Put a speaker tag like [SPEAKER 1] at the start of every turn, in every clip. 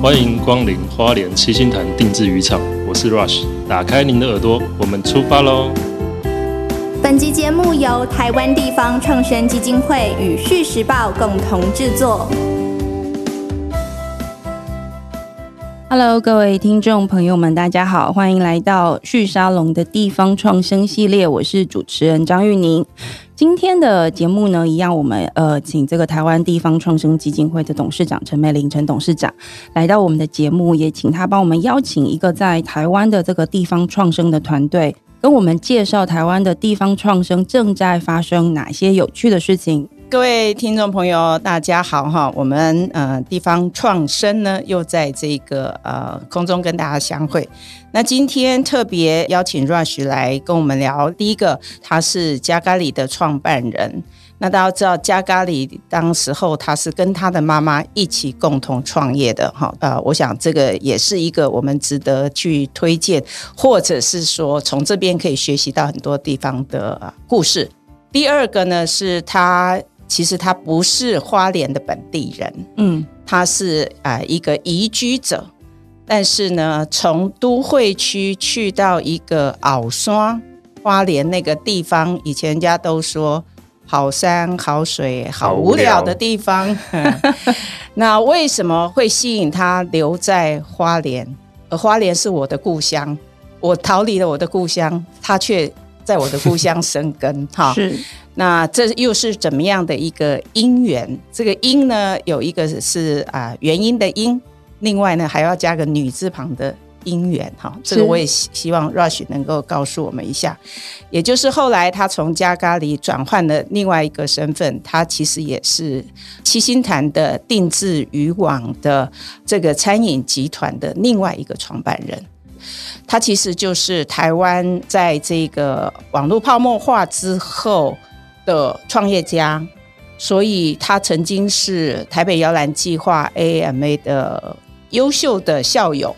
[SPEAKER 1] 欢迎光临花莲七星潭定制渔场，我是 Rush，打开您的耳朵，我们出发喽！
[SPEAKER 2] 本集节目由台湾地方创生基金会与《续时报》共同制作。
[SPEAKER 3] Hello，各位听众朋友们，大家好，欢迎来到旭沙龙的地方创生系列，我是主持人张玉宁。今天的节目呢，一样我们呃，请这个台湾地方创生基金会的董事长陈美玲陈董事长来到我们的节目，也请他帮我们邀请一个在台湾的这个地方创生的团队，跟我们介绍台湾的地方创生正在发生哪些有趣的事情。
[SPEAKER 4] 各位听众朋友，大家好哈！我们呃地方创生呢，又在这个呃空中跟大家相会。那今天特别邀请 Rush 来跟我们聊，第一个他是加咖喱的创办人。那大家知道，加咖喱当时候他是跟他的妈妈一起共同创业的哈。呃，我想这个也是一个我们值得去推荐，或者是说从这边可以学习到很多地方的、呃故事。第二个呢，是他其实他不是花莲的本地人，
[SPEAKER 3] 嗯
[SPEAKER 4] 他是啊、呃一个移居者，但是呢，从都会区去到一个鳌山花莲那个地方，以前人家都说。好山好水好无聊的地方，那为什么会吸引他留在花莲？而花莲是我的故乡，我逃离了我的故乡，他却在我的故乡生根。 哈，
[SPEAKER 3] 是
[SPEAKER 4] 那这又是怎么样的一个因缘？这个因呢，有一个是啊、原因的因，另外呢还要加个女字旁的因缘哈。这个
[SPEAKER 3] 是
[SPEAKER 4] 我也希希望 Rush 能够告诉我们一下。也就是后来他从加咖喱转换了另外一个身份，他其实也是七星潭的定制渔网的这个餐饮集团的另外一个创办人。它其实就是台湾在这个网络泡沫化之后的创业家，所以他曾经是台北摇篮计划 AMA 的优秀的校友。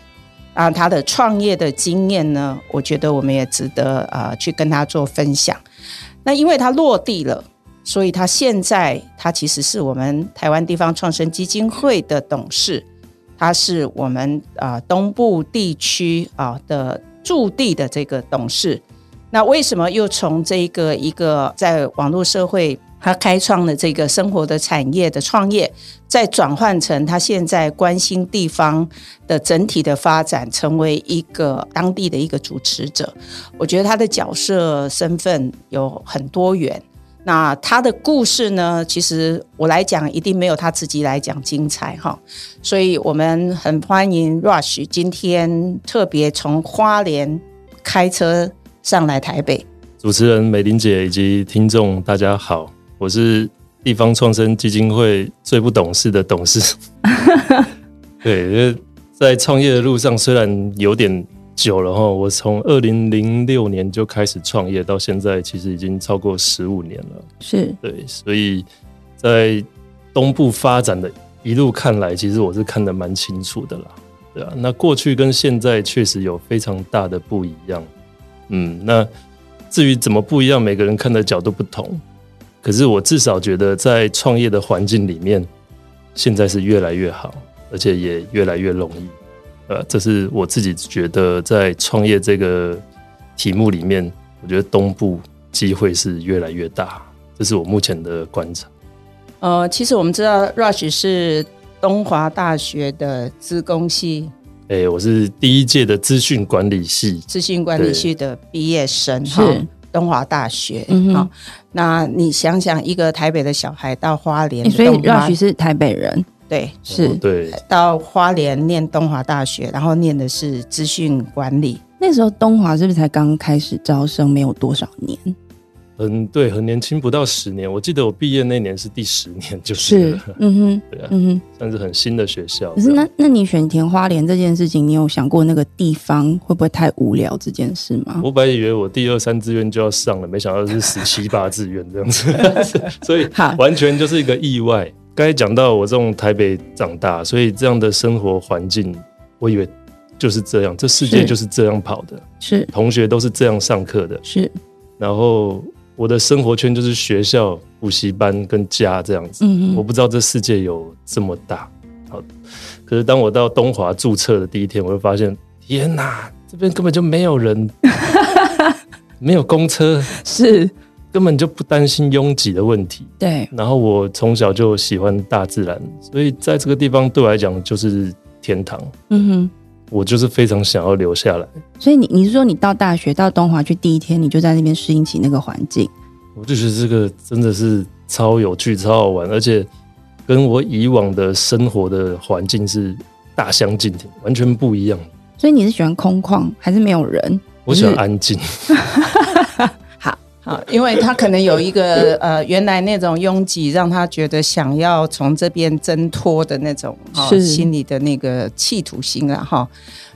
[SPEAKER 4] 啊，他的创业的经验呢，我觉得我们也值得啊、呃去跟他做分享。那因为他落地了，所以他现在他其实是我们台湾地方创生基金会的董事。他是我们啊、呃东部地区啊、的驻地的这个董事。那为什么又从这个一个在网络社会他开创了这个生活的产业的创业，再转换成他现在关心地方的整体的发展，成为一个当地的一个主持者？我觉得他的角色身份有很多元。那他的故事呢？其实我来讲，一定没有他自己来讲精彩哈。所以我们很欢迎 Rush 今天特别从花莲开车上来台北。
[SPEAKER 1] 主持人美玲姐以及听众大家好，我是地方创生基金会最不懂事的董事。对，因为在创业的路上虽然有点久了哈，我从二零零六年就开始创业，到现在其实已经超过十五年了。
[SPEAKER 3] 是，
[SPEAKER 1] 对，所以在东部发展的一路看来，其实我是看得蛮清楚的啦。对啊，那过去跟现在确实有非常大的不一样。嗯，那至于怎么不一样，每个人看的角度不同。可是我至少觉得，在创业的环境里面，现在是越来越好，而且也越来越容易。呃，这是我自己觉得在创业这个题目里面，我觉得东部机会是越来越大。这是我目前的观察。
[SPEAKER 4] 呃，其实我们知道 Rush 是东华大学的资工系
[SPEAKER 1] 哎、我是第一届的资讯管理系，
[SPEAKER 4] 资讯管理系的毕业生
[SPEAKER 3] 是
[SPEAKER 4] 哈，东华大学哈、
[SPEAKER 3] 嗯哼
[SPEAKER 4] 那你想想，一个台北的小孩到花莲
[SPEAKER 3] 诶
[SPEAKER 4] 的
[SPEAKER 3] 所以
[SPEAKER 4] 东华、
[SPEAKER 3] Rush 是台北人，
[SPEAKER 4] 哦对
[SPEAKER 3] 是、
[SPEAKER 1] 对，
[SPEAKER 4] 到花莲念东华大学，然后念的是资讯管理。
[SPEAKER 3] 那时候东华是不是才刚开始招生没有多少年？
[SPEAKER 1] 很对，很年轻，不到十年。我记得我毕业那年是第十年，就是了
[SPEAKER 3] 嗯
[SPEAKER 1] 对
[SPEAKER 3] 哼
[SPEAKER 1] 啊，，
[SPEAKER 3] 嗯哼。
[SPEAKER 1] 算是很新的学校。
[SPEAKER 3] 可是那那你选填花莲这件事情，你有想过那个地方会不会太无聊这件事吗？
[SPEAKER 1] 我本来以为我第二三志愿就要上了，没想到是十七八志愿这样 子，所以
[SPEAKER 3] 好
[SPEAKER 1] 完全就是一个意外。刚才讲到我这种台北长大，所以这样的生活环境，我以为就是这样，这世界
[SPEAKER 3] 是
[SPEAKER 1] 就是这样跑的，
[SPEAKER 3] 是
[SPEAKER 1] 同学都是这样上课的，
[SPEAKER 3] 是，
[SPEAKER 1] 然后我的生活圈就是学校、补习班跟家这样子。
[SPEAKER 3] 嗯
[SPEAKER 1] 我
[SPEAKER 3] 哼，
[SPEAKER 1] 不知道这世界有这么大，啊、好，可是当我到东华注册的第一天，我就发现，天哪，这边根本就没有人，没有公车，
[SPEAKER 5] 是，
[SPEAKER 1] 根本就不担心拥挤的问题。
[SPEAKER 5] 对，
[SPEAKER 1] 然后我从小就喜欢大自然，所以在这个地方对我来讲就是天堂，
[SPEAKER 5] 嗯
[SPEAKER 1] 我就是非常想要留下来。
[SPEAKER 5] 哼。所以你你是说你到大学到东华去第一天，你就在那边适应起那个环境？
[SPEAKER 1] 我就觉得这个真的是超有趣、超好玩，而且跟我以往的生活的环境是大相径庭，完全不一样。
[SPEAKER 5] 所以你是喜欢空旷还是没 有人？
[SPEAKER 1] 我喜欢安静，
[SPEAKER 4] 好，啊因为他可能有一个呃，原来那种拥挤让他觉得想要从这边挣脱的那种哈、
[SPEAKER 5] 是
[SPEAKER 4] 心里的那个企图心了哈。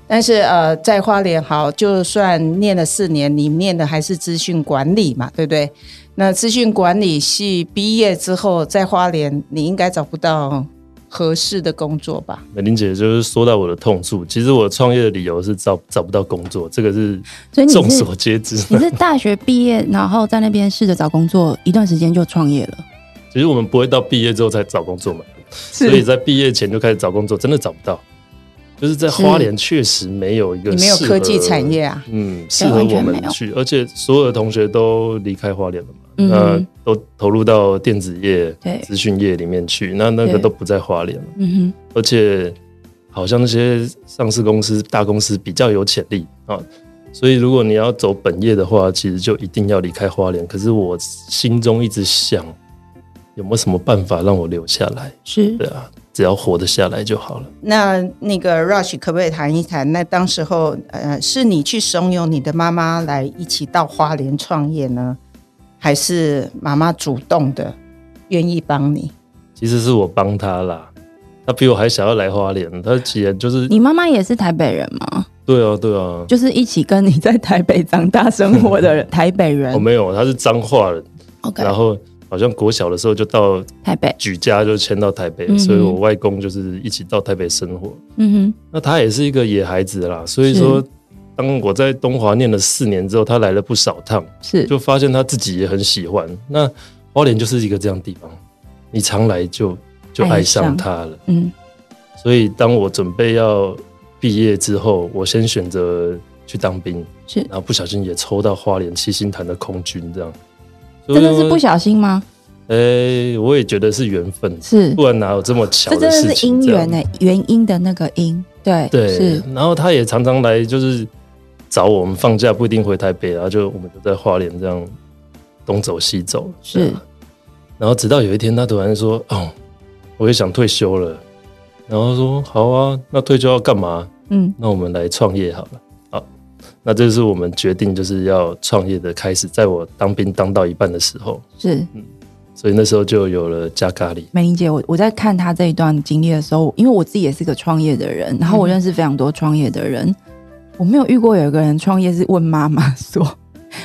[SPEAKER 4] 但是呃，在花莲好，就算念了四年，你念的还是资讯管理嘛，对不对？那资讯管理系毕业之后，在花莲你应该找不到合适的工作吧？
[SPEAKER 1] 美玲姐就是说到我的痛处。其实我创业的理由是找找不到工作，这个是
[SPEAKER 5] 所以你
[SPEAKER 1] 众
[SPEAKER 5] 是
[SPEAKER 1] 所皆知。
[SPEAKER 5] 你是大学毕业，然后在那边试着找工作，一段时间就创业了，
[SPEAKER 1] 其实我们不会到毕业之后才找工作嘛，
[SPEAKER 5] 所
[SPEAKER 1] 所以在毕业前就开始找工作，真的找不到。就是在花莲确实没有一个
[SPEAKER 4] 你没有
[SPEAKER 1] 适合
[SPEAKER 4] 科技产业啊？
[SPEAKER 1] 嗯，适合我们去，而且所有的同学都离开花莲了嘛，
[SPEAKER 5] 嗯
[SPEAKER 1] 那都投入到电子业
[SPEAKER 5] 对、
[SPEAKER 1] 资讯业里面去，那那个
[SPEAKER 5] 对
[SPEAKER 1] 都不在花莲了，
[SPEAKER 5] 嗯
[SPEAKER 1] 而且好像那些上市公司、大公司比较有潜力啊，所以如果你要走本业的话，其实就一定要离开花莲。可是我心中一直想，有没有什么办法让我留下来？
[SPEAKER 5] 哼，是
[SPEAKER 1] 对啊，只要活得下来就好了。
[SPEAKER 4] 那那个 Rush 可不可以谈一谈？那当时候，呃，是你去怂恿你的妈妈来一起到花莲创业呢，还是妈妈主动的愿意帮你？
[SPEAKER 1] 其实是我帮他啦，他比我还想要来花莲，他其实就是
[SPEAKER 5] 你妈妈也是台北人吗？
[SPEAKER 1] 对啊，对啊，
[SPEAKER 5] 就是一起跟你在台北长大生活 的人台北人
[SPEAKER 1] 哦，没有，他是彰化人，
[SPEAKER 5] ，OK，
[SPEAKER 1] 然后好像国小的时候就到
[SPEAKER 5] 台北，
[SPEAKER 1] 举家就迁到台北，
[SPEAKER 5] 嗯哼
[SPEAKER 1] 所以我外公就是一起到台北生活。
[SPEAKER 5] 嗯
[SPEAKER 1] 那他也是一个野孩子啦，所以
[SPEAKER 5] 是
[SPEAKER 1] 说，当我在东华念了四年之后，他来了不少趟，
[SPEAKER 5] 哼，是，
[SPEAKER 1] 就发现他自己也很喜欢。那花莲就是一个这样的地方，你常来就就
[SPEAKER 5] 爱
[SPEAKER 1] 爱
[SPEAKER 5] 上
[SPEAKER 1] 上它了。
[SPEAKER 5] 嗯，
[SPEAKER 1] 所以当我准备要毕业之后，我先选择去当兵，
[SPEAKER 5] 是
[SPEAKER 1] 然后不小心也抽到花莲七星潭的空军，这样
[SPEAKER 5] 真的是不
[SPEAKER 1] 想，
[SPEAKER 5] 小心吗？
[SPEAKER 1] 哎、我也觉得是缘分，
[SPEAKER 5] 是，
[SPEAKER 1] 不然哪有这么巧
[SPEAKER 5] 这真
[SPEAKER 1] 事
[SPEAKER 5] 的是
[SPEAKER 1] 情？
[SPEAKER 5] 因
[SPEAKER 1] 这样
[SPEAKER 5] 缘呢、欸原因的那个因，对，
[SPEAKER 1] 对
[SPEAKER 5] 是，，
[SPEAKER 1] 然后他也常常来，就是找我们放假不一定回台北，然后就我们就在花莲这样东走西走，
[SPEAKER 5] 是
[SPEAKER 1] 这样然后直到有一天，他突然说：“哦，我也想退休了。”然后说：“好啊，那退休要干嘛？”
[SPEAKER 5] 嗯，
[SPEAKER 1] 那我们来创业好了。好，那这是我们决定就是要创业的开始，在我当兵当到一半的时候，
[SPEAKER 5] 是。
[SPEAKER 1] 所以那时候就有了加咖喱。
[SPEAKER 5] 美玲姐，我我在看她这一段经历的时候，因为我自己也是个创业的人，然后我
[SPEAKER 1] 嗯
[SPEAKER 5] 认识非常多创业的人，我没有遇过有一个人创业是问妈妈说。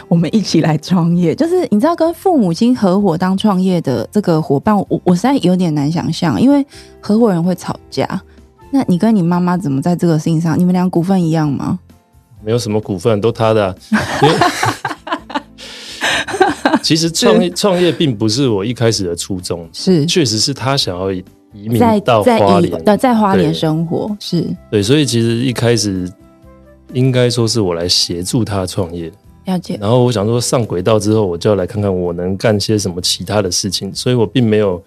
[SPEAKER 5] 我们一起来创业，就是你知道，跟父母亲合伙当创业的这个伙伴，我我实在有点难想象，因为合伙人会吵架。那你跟你妈妈怎么在这个事情上，你们俩股份一样吗？
[SPEAKER 1] 没有什么股份，都他的、啊。因 为其实创业创业并不是我一开始的初衷，
[SPEAKER 5] 是
[SPEAKER 1] 确实是他想要移民
[SPEAKER 5] 在
[SPEAKER 1] 到
[SPEAKER 5] 在
[SPEAKER 1] 花
[SPEAKER 5] 以
[SPEAKER 1] 莲，
[SPEAKER 5] 对在花莲
[SPEAKER 1] 对
[SPEAKER 5] 生活是
[SPEAKER 1] 对，所以其实一开始应该说是我来协助他创业。
[SPEAKER 5] 了解，
[SPEAKER 1] 然后我想说，上轨道之后，我就要来看看我能干些什么其他的事情，所以我并没有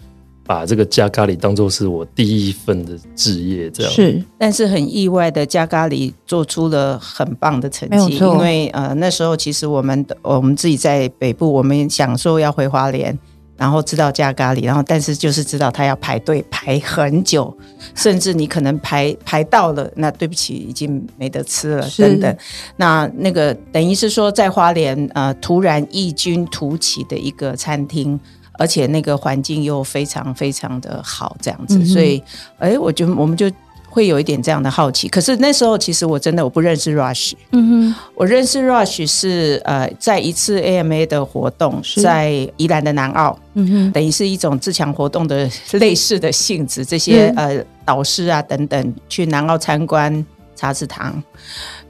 [SPEAKER 1] 把这个加咖喱当做是我第一份的置业，这样
[SPEAKER 5] 是
[SPEAKER 4] 但是很意外的，加咖喱做出了很棒的成
[SPEAKER 5] 没有
[SPEAKER 4] 绩，
[SPEAKER 5] 错
[SPEAKER 4] 因为呃那时候其实我们我们自己在北部，我们想说要回花莲，然后知道加咖喱，然后但是就是知道他要排队排很久，甚至你可能排排到了，那对不起已经没得吃了
[SPEAKER 5] 是
[SPEAKER 4] 等等。那那个等于是说在花莲呃突然异军突起的一个餐厅。而且那个环境又非常非常的好，这样
[SPEAKER 5] 嗯
[SPEAKER 4] 子，
[SPEAKER 5] 哼
[SPEAKER 4] 所以，哎，我就我们就会有一点这样的好奇。可是那时候其实我真的我不认识 Rush，
[SPEAKER 5] 嗯
[SPEAKER 4] 我认识 Rush 是呃在一次 AMA 的活动，
[SPEAKER 5] 是
[SPEAKER 4] 在宜兰的南澳，
[SPEAKER 5] 哼嗯哼
[SPEAKER 4] 等于是一种自强活动的类似的性质，这些
[SPEAKER 5] 嗯
[SPEAKER 4] 呃导师啊等等去南澳参观茶子堂。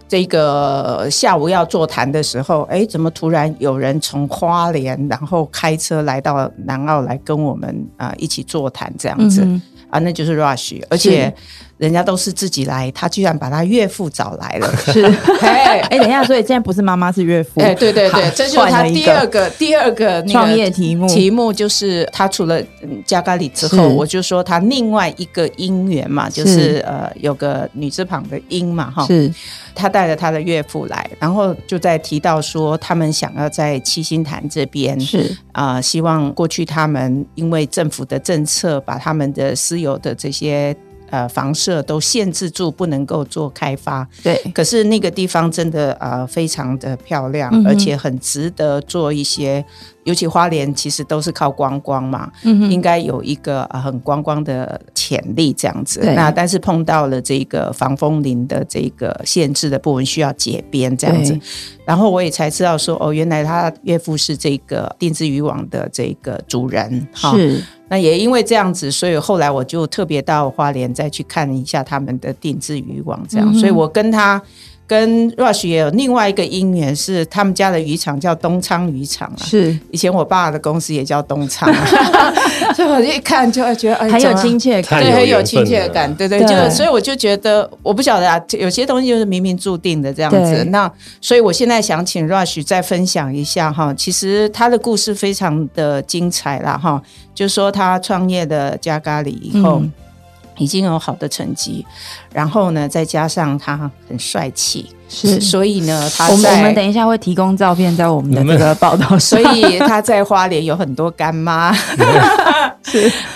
[SPEAKER 4] 这个下午要座谈的时候，哎，怎么突然有人从花莲，然后开车来到南澳来跟我们啊、呃一起座谈这样
[SPEAKER 5] 嗯
[SPEAKER 4] 子？
[SPEAKER 5] 哼
[SPEAKER 4] 啊，那就是 Rush，而且人家都是自己来，他居然把他岳父找来 了，
[SPEAKER 5] 是，
[SPEAKER 4] 哎
[SPEAKER 5] 哎，等一下，所以现在不是妈妈是岳父，
[SPEAKER 4] 哎，对对对
[SPEAKER 5] 好，
[SPEAKER 4] 这就是他
[SPEAKER 5] 换了一
[SPEAKER 4] 第
[SPEAKER 5] 个
[SPEAKER 4] 二个第二个那个
[SPEAKER 5] 创业题目
[SPEAKER 4] 题目就是他除了嗯加咖喱之
[SPEAKER 5] 嗯是
[SPEAKER 4] 后，我就说他另外一个姻缘嘛，就是是呃有个女字旁的姻嘛哈，
[SPEAKER 5] 是
[SPEAKER 4] 他带着他的岳父来，然后就在提到说他们想要在七星潭这边
[SPEAKER 5] 是
[SPEAKER 4] 啊、呃希望过去他们因为政府的政策，把他们的私有的这些呃房舍都限制住，不能够做开发。
[SPEAKER 5] 对，
[SPEAKER 4] 可是那个地方真的呃非常的漂亮，
[SPEAKER 5] 嗯哼
[SPEAKER 4] 而且很值得做一些，尤其花莲其实都是靠观光嘛，
[SPEAKER 5] 嗯哼，
[SPEAKER 4] 应该有一个、呃、很观光的潜力这样子
[SPEAKER 5] 对。
[SPEAKER 4] 那但是碰到了这个防风林的这个限制的部分需要解编这样子
[SPEAKER 5] 对，
[SPEAKER 4] 然后我也才知道说哦，原来他岳父是这个定制渔网的这个主人哈。
[SPEAKER 5] 是
[SPEAKER 4] 那也因为这样子，所以后来我就特别到花莲再去看一下他们的定制渔网，这样，
[SPEAKER 5] 嗯哼
[SPEAKER 4] 所以我跟他。跟 Rush 也有另外一个姻缘，是他们家的渔场叫东昌渔场 啊。
[SPEAKER 5] 是，
[SPEAKER 4] 以前我爸的公司也叫东昌，啊所以我一看就会觉得哎，
[SPEAKER 5] 很有
[SPEAKER 4] 怎么
[SPEAKER 5] 亲切感，
[SPEAKER 1] 太
[SPEAKER 4] 对，很有
[SPEAKER 1] 缘
[SPEAKER 4] 亲
[SPEAKER 1] 分
[SPEAKER 4] 切
[SPEAKER 1] 了
[SPEAKER 4] 感，对对，
[SPEAKER 5] 对
[SPEAKER 4] 就所以我就觉得，我不晓得啊，有些东西就是冥冥注定的这样
[SPEAKER 5] 对
[SPEAKER 4] 子。那所以我现在想请 Rush 再分享一下哈，其实他的故事非常的精彩啦哈，就说他创业的加咖喱以后。
[SPEAKER 5] 嗯
[SPEAKER 4] 已经有好的成绩，然后呢，再加上他很帅气，
[SPEAKER 5] 是哎
[SPEAKER 4] 所以呢，他
[SPEAKER 5] 我们我
[SPEAKER 4] 在
[SPEAKER 5] 们等一下会提供照片在我们的
[SPEAKER 1] 你
[SPEAKER 5] 这
[SPEAKER 1] 们
[SPEAKER 5] 个报道上
[SPEAKER 4] 所， 以他在花莲有很多干妈，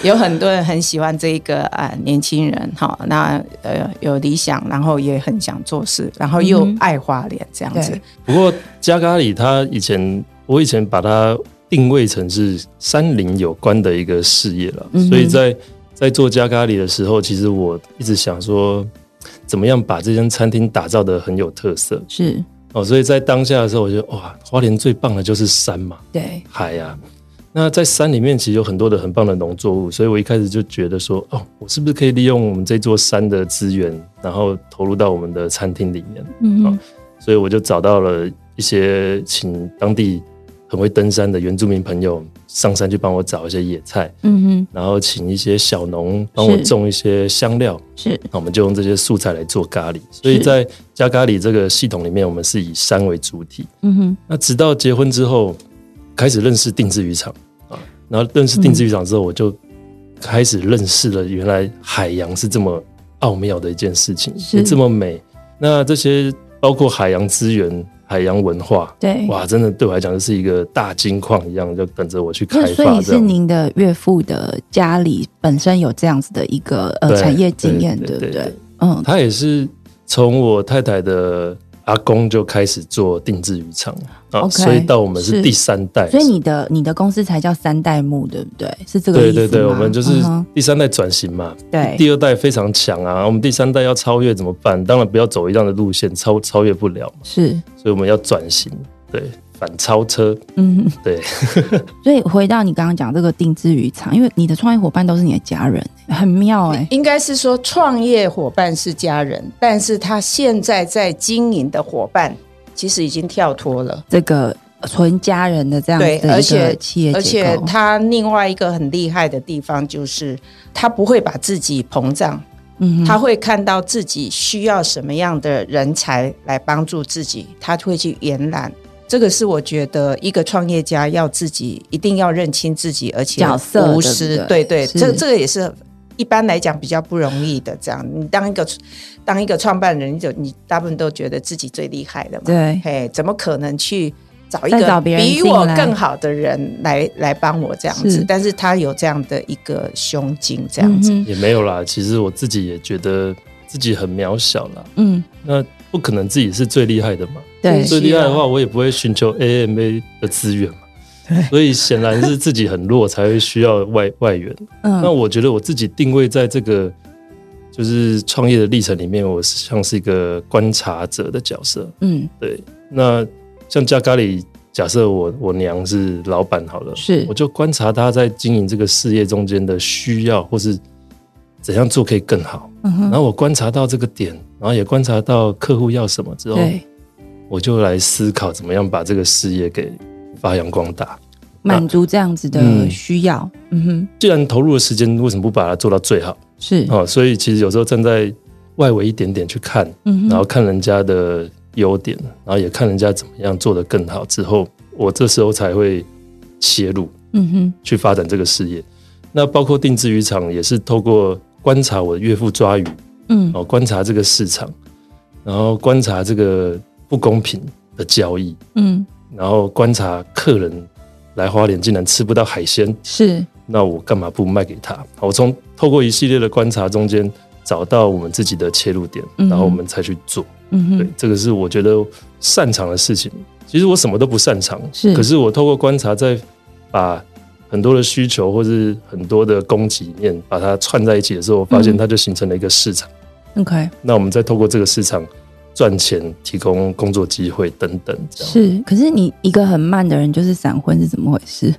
[SPEAKER 4] 有很多人很喜欢这一个啊、呃年轻人哈。那呃有理想，然后也很想做事，然后又
[SPEAKER 5] 嗯哼
[SPEAKER 4] 爱花莲这样子
[SPEAKER 5] 对。
[SPEAKER 1] 不过加咖喱它以前我以前把它定位成是山林有关的一个事业了，
[SPEAKER 5] 嗯哼
[SPEAKER 1] 所以在在做加咖喱的时候，其实我一直想说，怎么样把这间餐厅打造的很有特色
[SPEAKER 5] 是
[SPEAKER 1] 哦，所以在当下的时候，我觉得哇，花莲最棒的就是山嘛，
[SPEAKER 5] 对，
[SPEAKER 1] 海呀、那在山里面其实有很多的很棒的农作物，所以我一开始就觉得说，哦，我是不是可以利用我们这座山的资源，然后投入到我们的餐厅里面？
[SPEAKER 5] 嗯哼
[SPEAKER 1] 好所以我就找到了一些请当地很会登山的原住民朋友上山去帮我找一些野菜，
[SPEAKER 5] 嗯哼
[SPEAKER 1] 然后请一些小农帮我
[SPEAKER 5] 是
[SPEAKER 1] 种一些香料，
[SPEAKER 5] 是
[SPEAKER 1] 那我们就用这些素材来做咖喱。所以
[SPEAKER 5] 是
[SPEAKER 1] 在加咖喱这个系统里面，我们是以山为主体。
[SPEAKER 5] 嗯哼
[SPEAKER 1] 那直到结婚之后，开始认识定制渔场啊，然后认识定制渔场之后，我就开始认识了原来海洋是这么奥妙的一件事情，
[SPEAKER 5] 是
[SPEAKER 1] 也这么美。那这些包括海洋资源、海洋文化，
[SPEAKER 5] 对，
[SPEAKER 1] 哇，真的对我来讲就是一个大金矿一样，就等着我去开
[SPEAKER 5] 那所
[SPEAKER 1] 发
[SPEAKER 5] 以
[SPEAKER 1] 这
[SPEAKER 5] 是
[SPEAKER 1] 样。
[SPEAKER 5] 您的岳父的家里本身有这样子的一个呃
[SPEAKER 1] 对
[SPEAKER 5] 产业经验，
[SPEAKER 1] 对
[SPEAKER 5] 对不
[SPEAKER 1] 对
[SPEAKER 5] 对
[SPEAKER 1] 对？
[SPEAKER 5] 嗯，
[SPEAKER 1] 他也是从我太太的阿公就开始做定制渔场啊
[SPEAKER 5] OK，
[SPEAKER 1] 所以到我们
[SPEAKER 5] 是
[SPEAKER 1] 是第三代，
[SPEAKER 5] 所以你的你的公司才叫三代目，对不对？是这个
[SPEAKER 1] 对
[SPEAKER 5] 意思
[SPEAKER 1] 对对，
[SPEAKER 5] 吗
[SPEAKER 1] 我们就是
[SPEAKER 5] 嗯哼
[SPEAKER 1] 第三代转型嘛，
[SPEAKER 5] 对
[SPEAKER 1] 第二代非常强啊，我们第三代要超越怎么办？当然不要走一样的路线，超超越不了嘛，
[SPEAKER 5] 是
[SPEAKER 1] 所以我们要转型，对，反超车，
[SPEAKER 5] 嗯哼。
[SPEAKER 1] 对，
[SPEAKER 5] 所以回到你刚刚讲这个定制渔场，因为你的创业伙伴都是你的家人，很妙哎、
[SPEAKER 4] 应该是说，创业伙伴是家人，但是他现在在经营的伙伴其实已经跳脱了。
[SPEAKER 5] 这个纯家人的这样子
[SPEAKER 4] 对，
[SPEAKER 5] 的
[SPEAKER 4] 而
[SPEAKER 5] 一
[SPEAKER 4] 且
[SPEAKER 5] 个企业
[SPEAKER 4] 而
[SPEAKER 5] 结
[SPEAKER 4] 且
[SPEAKER 5] 构，
[SPEAKER 4] 他另外一个很厉害的地方就是，他不会把自己膨胀，
[SPEAKER 5] 嗯哼
[SPEAKER 4] 他会看到自己需要什么样的人才来帮助自己，他会去延揽。这个是我觉得一个创业家要自己一定要认清自己，而且
[SPEAKER 5] 角色对
[SPEAKER 4] 无
[SPEAKER 5] 不
[SPEAKER 4] 私。
[SPEAKER 5] 对
[SPEAKER 4] 对对，
[SPEAKER 5] 是
[SPEAKER 4] 这这个也是一般来讲比较不容易的。这样，你当一个当一个创办人，你就你大部分都觉得自己最厉害的嘛。
[SPEAKER 5] 对
[SPEAKER 4] 嘿，怎么可能去找一
[SPEAKER 5] 再找
[SPEAKER 4] 个
[SPEAKER 5] 别人
[SPEAKER 4] 比
[SPEAKER 5] 进
[SPEAKER 4] 我
[SPEAKER 5] 来
[SPEAKER 4] 更好的人来来帮我这样
[SPEAKER 5] 是
[SPEAKER 4] 子？但是他有这样的一个胸襟，这样子。
[SPEAKER 5] 嗯哼
[SPEAKER 1] 也没有啦。其实我自己也觉得自己很渺小啦，
[SPEAKER 5] 嗯，
[SPEAKER 1] 那不可能自己是最厉害的嘛，
[SPEAKER 5] 对
[SPEAKER 1] 最厉害的话，我也不会寻求 AMA 的资源嘛。所以显然是自己很弱，才会需要外 外援。那
[SPEAKER 5] 嗯
[SPEAKER 1] 我觉得我自己定位在这个就是创业的历程里面，我是像是一个观察者的角色。
[SPEAKER 5] 嗯
[SPEAKER 1] 对，那像加咖喱，假设我我娘是老板好了，
[SPEAKER 5] 是
[SPEAKER 1] 我就观察她在经营这个事业中间的需要，或是怎样做可以更好。
[SPEAKER 5] 嗯
[SPEAKER 1] 然
[SPEAKER 5] 哼，
[SPEAKER 1] 后我观察到这个点，然后也观察到客户要什么之后，
[SPEAKER 5] 对
[SPEAKER 1] 我就来思考怎么样把这个事业给发扬光大。
[SPEAKER 5] 满足这样子的
[SPEAKER 1] 嗯
[SPEAKER 5] 需要。嗯哼，
[SPEAKER 1] 既然投入的时间，为什么不把它做到最好？
[SPEAKER 5] 是，
[SPEAKER 1] 哦，所以其实有时候站在外围一点点去看，
[SPEAKER 5] 嗯
[SPEAKER 1] 然
[SPEAKER 5] 哼，
[SPEAKER 1] 后看人家的优点，然后也看人家怎么样做得更好之后，我这时候才会切入
[SPEAKER 5] 嗯哼，
[SPEAKER 1] 去发展这个事业。那包括定制渔场也是透过观察我的岳父抓鱼，
[SPEAKER 5] 嗯
[SPEAKER 1] 哦，观察这个市场，然后观察这个不公平的交易，
[SPEAKER 5] 嗯，
[SPEAKER 1] 然后观察客人来花莲竟然吃不到海鲜，
[SPEAKER 5] 是，
[SPEAKER 1] 那我干嘛不卖给他？好我从透过一系列的观察中间找到我们自己的切入点，
[SPEAKER 5] 嗯
[SPEAKER 1] 然后我们才去做。
[SPEAKER 5] 嗯
[SPEAKER 1] 对
[SPEAKER 5] 哼，，
[SPEAKER 1] 这个是我觉得擅长的事情。其实我什么都不擅长，
[SPEAKER 5] 是
[SPEAKER 1] 可是我透过观察，在把很多的需求或是很多的供给里面把它串在一起的时候，我发
[SPEAKER 5] 嗯
[SPEAKER 1] 现它就形成了一个市场。
[SPEAKER 5] ，OK，
[SPEAKER 1] 那我们再透过这个市场赚钱，提供工作机会等等，这样。
[SPEAKER 5] 是。可是你一个很慢的人，就是闪婚是怎么回事？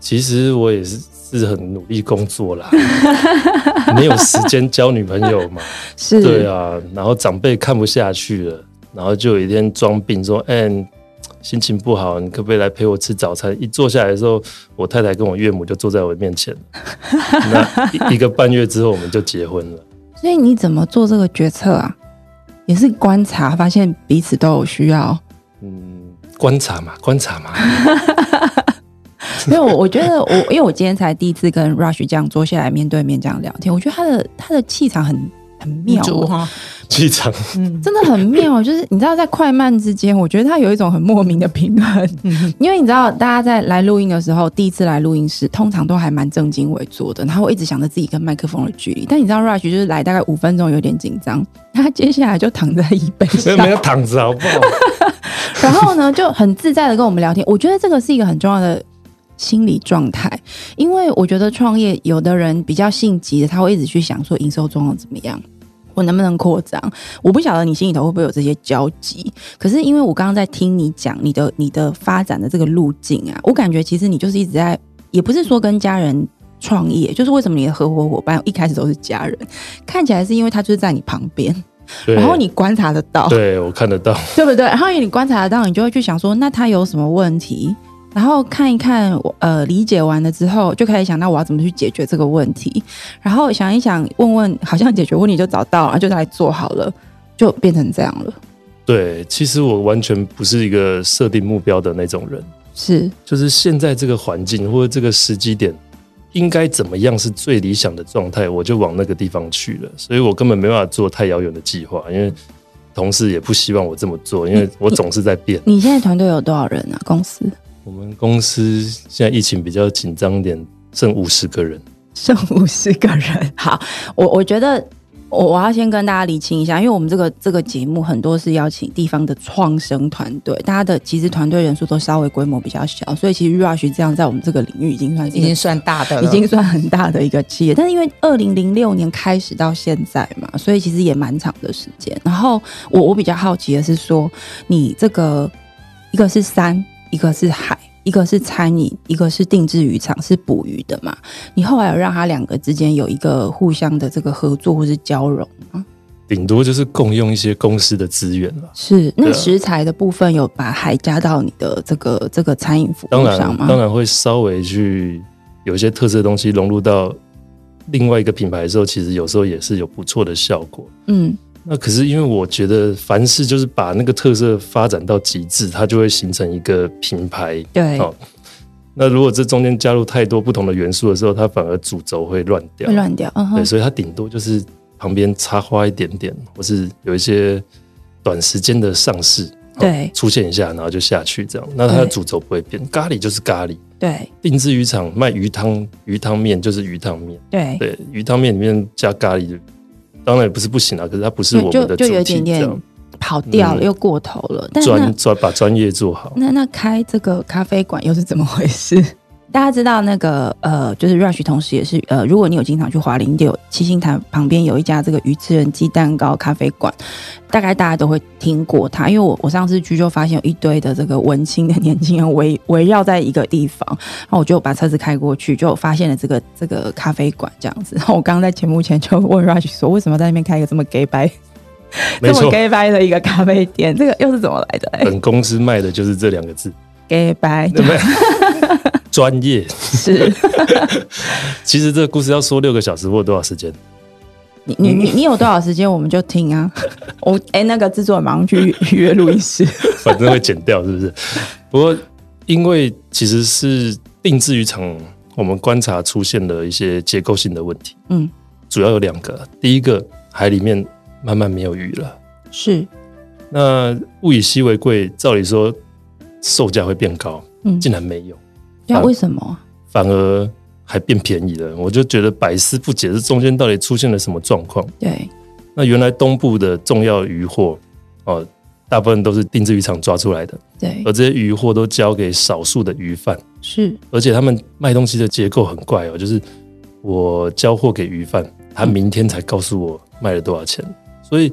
[SPEAKER 1] 其实我也是是很努力工作啦， 没有时间交女朋友嘛。
[SPEAKER 5] 是，
[SPEAKER 1] 对啊，然后长辈看不下去了，然后就有一天装病说：“哎、你心情不好，你可不可以来陪我吃早餐？”一坐下来的时候，我太太跟我岳母就坐在我面 前。那一一个半月之后，我们就结婚了。
[SPEAKER 5] 所以你怎么做这个决策啊？也是观察，发现彼此都有需要。
[SPEAKER 1] 嗯，观察嘛，观察嘛，
[SPEAKER 5] 因为我我觉得我，因为我今天才第一次跟 Rush 这样坐下来面对面这样聊天，我觉得他的他的气场很很妙、
[SPEAKER 4] 足哈，
[SPEAKER 1] 机场
[SPEAKER 4] 嗯，
[SPEAKER 5] 真的很妙，就是你知道，在快慢之间，我觉得它有一种很莫名的平衡。
[SPEAKER 4] 嗯
[SPEAKER 5] 因为你知道，大家在来录音的时候，第一次来录音室，通常都还蛮正襟危坐的，然后我一直想着自己跟麦克风的距离。但你知道，Rush 就是来大概五分钟，有点紧张，他接下来就躺在椅背
[SPEAKER 1] 没
[SPEAKER 5] 上
[SPEAKER 1] 有，没有躺着好不 好？
[SPEAKER 5] 然后呢，就很自在的跟我们聊天。我觉得这个是一个很重要的心理状态，因为我觉得创业有的人比较性急的，他会一直去想说营收状况怎么样。我能不能扩张？我不晓得你心里头会不会有这些交集。可是因为我刚刚在听你讲你的你的发展的这个路径啊，我感觉其实你就是一直在，也不是说跟家人创业，就是为什么你的合伙伙伴一开始都是家人，看起来是因为他就是在你旁边，
[SPEAKER 1] 对
[SPEAKER 5] 然后你观察得到，
[SPEAKER 1] 对我看得到，
[SPEAKER 5] 对不对？然后你观察得到，你就会去想说，那他有什么问题？然后看一看，呃，理解完了之后，就开始想，那我要怎么去解决这个问题？然后想一想，问问，好像解决问题就找到了，就来做好了，就变成这样了。
[SPEAKER 1] 对，其实我完全不是一个设定目标的那种人，
[SPEAKER 5] 是，
[SPEAKER 1] 就是现在这个环境或者这个时机点，应该怎么样是最理想的状态，我就往那个地方去了。所以我根本没办法做太遥远的计划，因为同事也不希望我这么做，因为我总是在变。
[SPEAKER 5] 你现在团队有多少人啊？公司
[SPEAKER 1] 我们公司现在疫情比较紧张一点，剩五十个人。
[SPEAKER 5] 剩五十个人。好，我我觉得我我要先跟大家理清一下，因为我们这个这个节目很多是邀请地方的创生团队，大家的其实团队人数都稍微规模比较小，所以其实 Rush 这样在我们这个领域已经算是
[SPEAKER 4] 已
[SPEAKER 5] 一个
[SPEAKER 4] 经算大的了，
[SPEAKER 5] 已经算很大的一个企业，但是因为二零零六年开始到现在嘛，所以其实也蛮长的时间。然后我我比较好奇的是说，你这个一个是山，一个是海，一个是餐饮，一个是定制渔场，是捕鱼的嘛？你后来有让它两个之间有一个互相的这个合作或是交融吗？
[SPEAKER 1] 顶多就是共用一些公司的资源了。
[SPEAKER 5] 是，那
[SPEAKER 1] 对啊
[SPEAKER 5] 食材的部分有把海加到你的这个这个餐饮服
[SPEAKER 1] 当
[SPEAKER 5] 务
[SPEAKER 1] 然
[SPEAKER 5] 上，吗？
[SPEAKER 1] 当然会稍微去有一些特色的东西融入到另外一个品牌的时候，其实有时候也是有不错的效果。
[SPEAKER 5] 嗯，
[SPEAKER 1] 那可是因为我觉得凡事就是把那个特色发展到极致，它就会形成一个品牌。
[SPEAKER 5] 对，
[SPEAKER 1] 好那如果这中间加入太多不同的元素的时候，它反而主轴会乱掉。
[SPEAKER 5] 会乱掉，嗯
[SPEAKER 1] 对，
[SPEAKER 5] 哼，
[SPEAKER 1] 所以它顶多就是旁边插花一点点，或是有一些短时间的上市，好
[SPEAKER 5] 对
[SPEAKER 1] 出现一下，然后就下去这样。那它的
[SPEAKER 5] 对
[SPEAKER 1] 主轴不会变，咖喱就是咖喱，
[SPEAKER 5] 对
[SPEAKER 1] 定制渔场卖鱼汤鱼汤面就是鱼汤面，
[SPEAKER 5] 对。
[SPEAKER 1] 对，鱼汤面里面加咖喱，当然也不是不行啊，可是它不是
[SPEAKER 5] 就
[SPEAKER 1] 我
[SPEAKER 5] 嗯就
[SPEAKER 1] 们的主
[SPEAKER 5] 就
[SPEAKER 1] 题，
[SPEAKER 5] 有点
[SPEAKER 1] 这样。
[SPEAKER 5] 点跑掉了，
[SPEAKER 1] 嗯
[SPEAKER 5] 又过头了。但那
[SPEAKER 1] 专专把专业做好。
[SPEAKER 5] 那那开这个咖啡馆又是怎么回事？大家知道那个呃，就是 Rush 同时也是呃，如果你有经常去华林，就有七星潭旁边有一家这个鱼吃人鸡蛋糕咖啡馆，大概大家都会听过它。因为我我上次去就发现有一堆的这个文青的年轻人围围绕在一个地方，然后我就把车子开过去，就发现了这个这个咖啡馆这样子。然后我刚刚在节目前就问 Rush 说，为什么在那边开一个这么 gay 白
[SPEAKER 1] 没
[SPEAKER 5] 这么
[SPEAKER 1] 错，呃
[SPEAKER 5] gay 掰的一个咖啡店，这个又是怎么来的、哎
[SPEAKER 1] 本公司卖的就是这两个字。
[SPEAKER 5] gay 掰，
[SPEAKER 1] 对不对？专业。
[SPEAKER 5] 是
[SPEAKER 1] 其实这个故事要说六个小时或多少时间？
[SPEAKER 5] 你你你你有多少时间我们就听啊。我哎、那个制作人马上去约录音师。
[SPEAKER 1] 反正会剪掉，是不 是？不过因为其实是定制渔场，我们观察出现了一些结构性的问题。
[SPEAKER 5] 嗯，
[SPEAKER 1] 主要有两个，第一个海里面慢慢没有鱼了，
[SPEAKER 5] 是，
[SPEAKER 1] 那物以稀为贵，照理说售价会变高，
[SPEAKER 5] 嗯
[SPEAKER 1] 竟然没有，
[SPEAKER 5] 对啊，
[SPEAKER 1] 好
[SPEAKER 5] 为什么啊？
[SPEAKER 1] 反而还变便宜了，我就觉得百思不解，这中间到底出现了什么状况？
[SPEAKER 5] 对，
[SPEAKER 1] 那原来东部的重要渔获哦，大部分都是定制渔场抓出来的，
[SPEAKER 5] 对，
[SPEAKER 1] 而这些渔获都交给少数的鱼贩。
[SPEAKER 5] 是，
[SPEAKER 1] 而且他们卖东西的结构很怪哦，就是我交货给鱼
[SPEAKER 5] 嗯
[SPEAKER 1] 贩，他明天才告诉我卖了多少钱，所以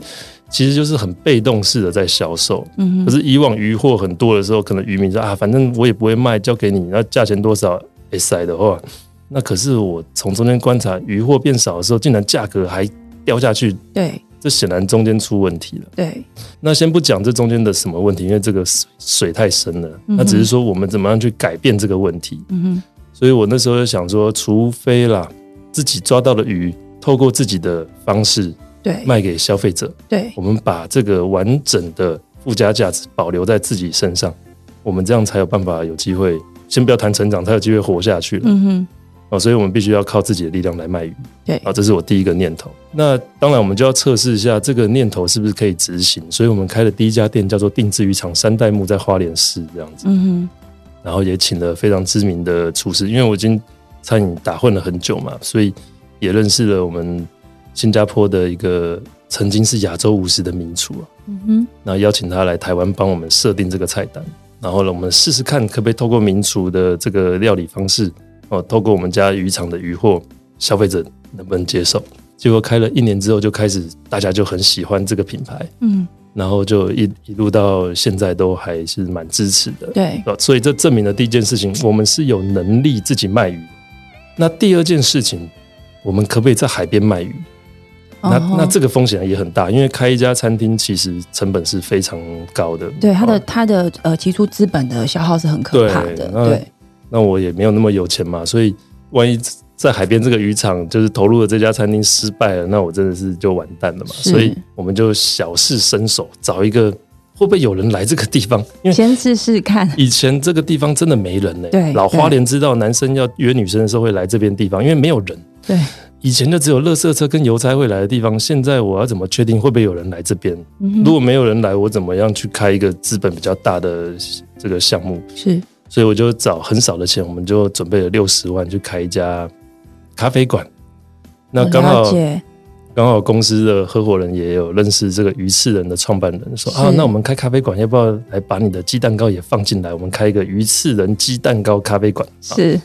[SPEAKER 1] 其实就是很被动式的在销售。
[SPEAKER 5] 嗯
[SPEAKER 1] 可
[SPEAKER 5] 哼，
[SPEAKER 1] 是以往鱼货很多的时候，可能渔民说啊，反正我也不会卖，交给你，那价钱多少 S I 的话，那可是我从中间观察，鱼货变少的时候，竟然价格还掉下去，
[SPEAKER 5] 对
[SPEAKER 1] 这显然中间出问题了。
[SPEAKER 5] 对，
[SPEAKER 1] 那先不讲这中间的什么问题，因为这个水水太深了，
[SPEAKER 5] 嗯哼
[SPEAKER 1] 那只是说我们怎么样去改变这个问题。
[SPEAKER 5] 嗯哼，
[SPEAKER 1] 所以我那时候就想说，除非啦，自己抓到的鱼，透过自己的方式
[SPEAKER 5] 对
[SPEAKER 1] 卖给消费者，
[SPEAKER 5] 对
[SPEAKER 1] 我们把这个完整的附加价值保留在自己身上，我们这样才有办法有机会，先不要谈成长，才有机会活下去了。
[SPEAKER 5] 嗯哼，
[SPEAKER 1] 哦，所以我们必须要靠自己的力量来卖鱼。
[SPEAKER 5] 对
[SPEAKER 1] 啊，这是我第一个念头。那当然，我们就要测试一下这个念头是不是可以执行。所以我们开的第一家店叫做定制渔场三代目，在花莲市这样子。
[SPEAKER 5] 嗯哼，
[SPEAKER 1] 然后也请了非常知名的厨师，因为我已经餐饮打混了很久嘛，所以也认识了我们新加坡的一个曾经是亚洲五十的名厨啊，
[SPEAKER 5] 嗯哼，
[SPEAKER 1] 然后邀请他来台湾帮我们设定这个菜单，然后呢，我们试试看可不可以透过名厨的这个料理方式，哦，透过我们家渔场的渔获，消费者能不能接受？结果开了一年之后，就开始大家就很喜欢这个品牌，
[SPEAKER 5] 嗯，
[SPEAKER 1] 然后就一一路到现在都还是蛮支持的。
[SPEAKER 5] 对
[SPEAKER 1] 呃，所以这证明了第一件事情，我们是有能力自己卖鱼。那第二件事情，我们可不可以在海边卖鱼？那
[SPEAKER 5] 哦
[SPEAKER 1] 那这个风险也很大，因为开一家餐厅其实成本是非常高的。
[SPEAKER 5] 对他的
[SPEAKER 1] 哦
[SPEAKER 5] 他的呃提出资本的消耗是很可怕
[SPEAKER 1] 对
[SPEAKER 5] 的，
[SPEAKER 1] 那
[SPEAKER 5] 对
[SPEAKER 1] 那我也没有那么有钱嘛，所以万一在海边这个渔场就是投入了这家餐厅失败了，那我真的是就完蛋了嘛。
[SPEAKER 5] 是
[SPEAKER 1] 所以我们就小试身手，找一个会不会有人来这个地方？因为
[SPEAKER 5] 先试试看，
[SPEAKER 1] 以前这个地方真的没人呢、
[SPEAKER 5] 对
[SPEAKER 1] 老花莲知道男生要约女生的时候会来这边地方，因为没有人。
[SPEAKER 5] 对，
[SPEAKER 1] 以前就只有垃圾车跟邮差会来的地方，现在我要怎么确定会不会有人来这边？如
[SPEAKER 5] 嗯哼，
[SPEAKER 1] 果没有人来，我怎么样去开一个资本比较大的这个项目？
[SPEAKER 5] 是，
[SPEAKER 1] 所以我就找很少的钱，我们就准备了六十万去开一家咖啡馆。那
[SPEAKER 5] 我
[SPEAKER 1] 刚好
[SPEAKER 5] 了解，
[SPEAKER 1] 刚好公司的合伙人也有认识这个鱼刺人的创办人，说
[SPEAKER 5] 是
[SPEAKER 1] 啊，那我们开咖啡馆，要不要来把你的鸡蛋糕也放进来？我们开一个鱼刺人鸡蛋糕咖啡馆。啊
[SPEAKER 5] 是，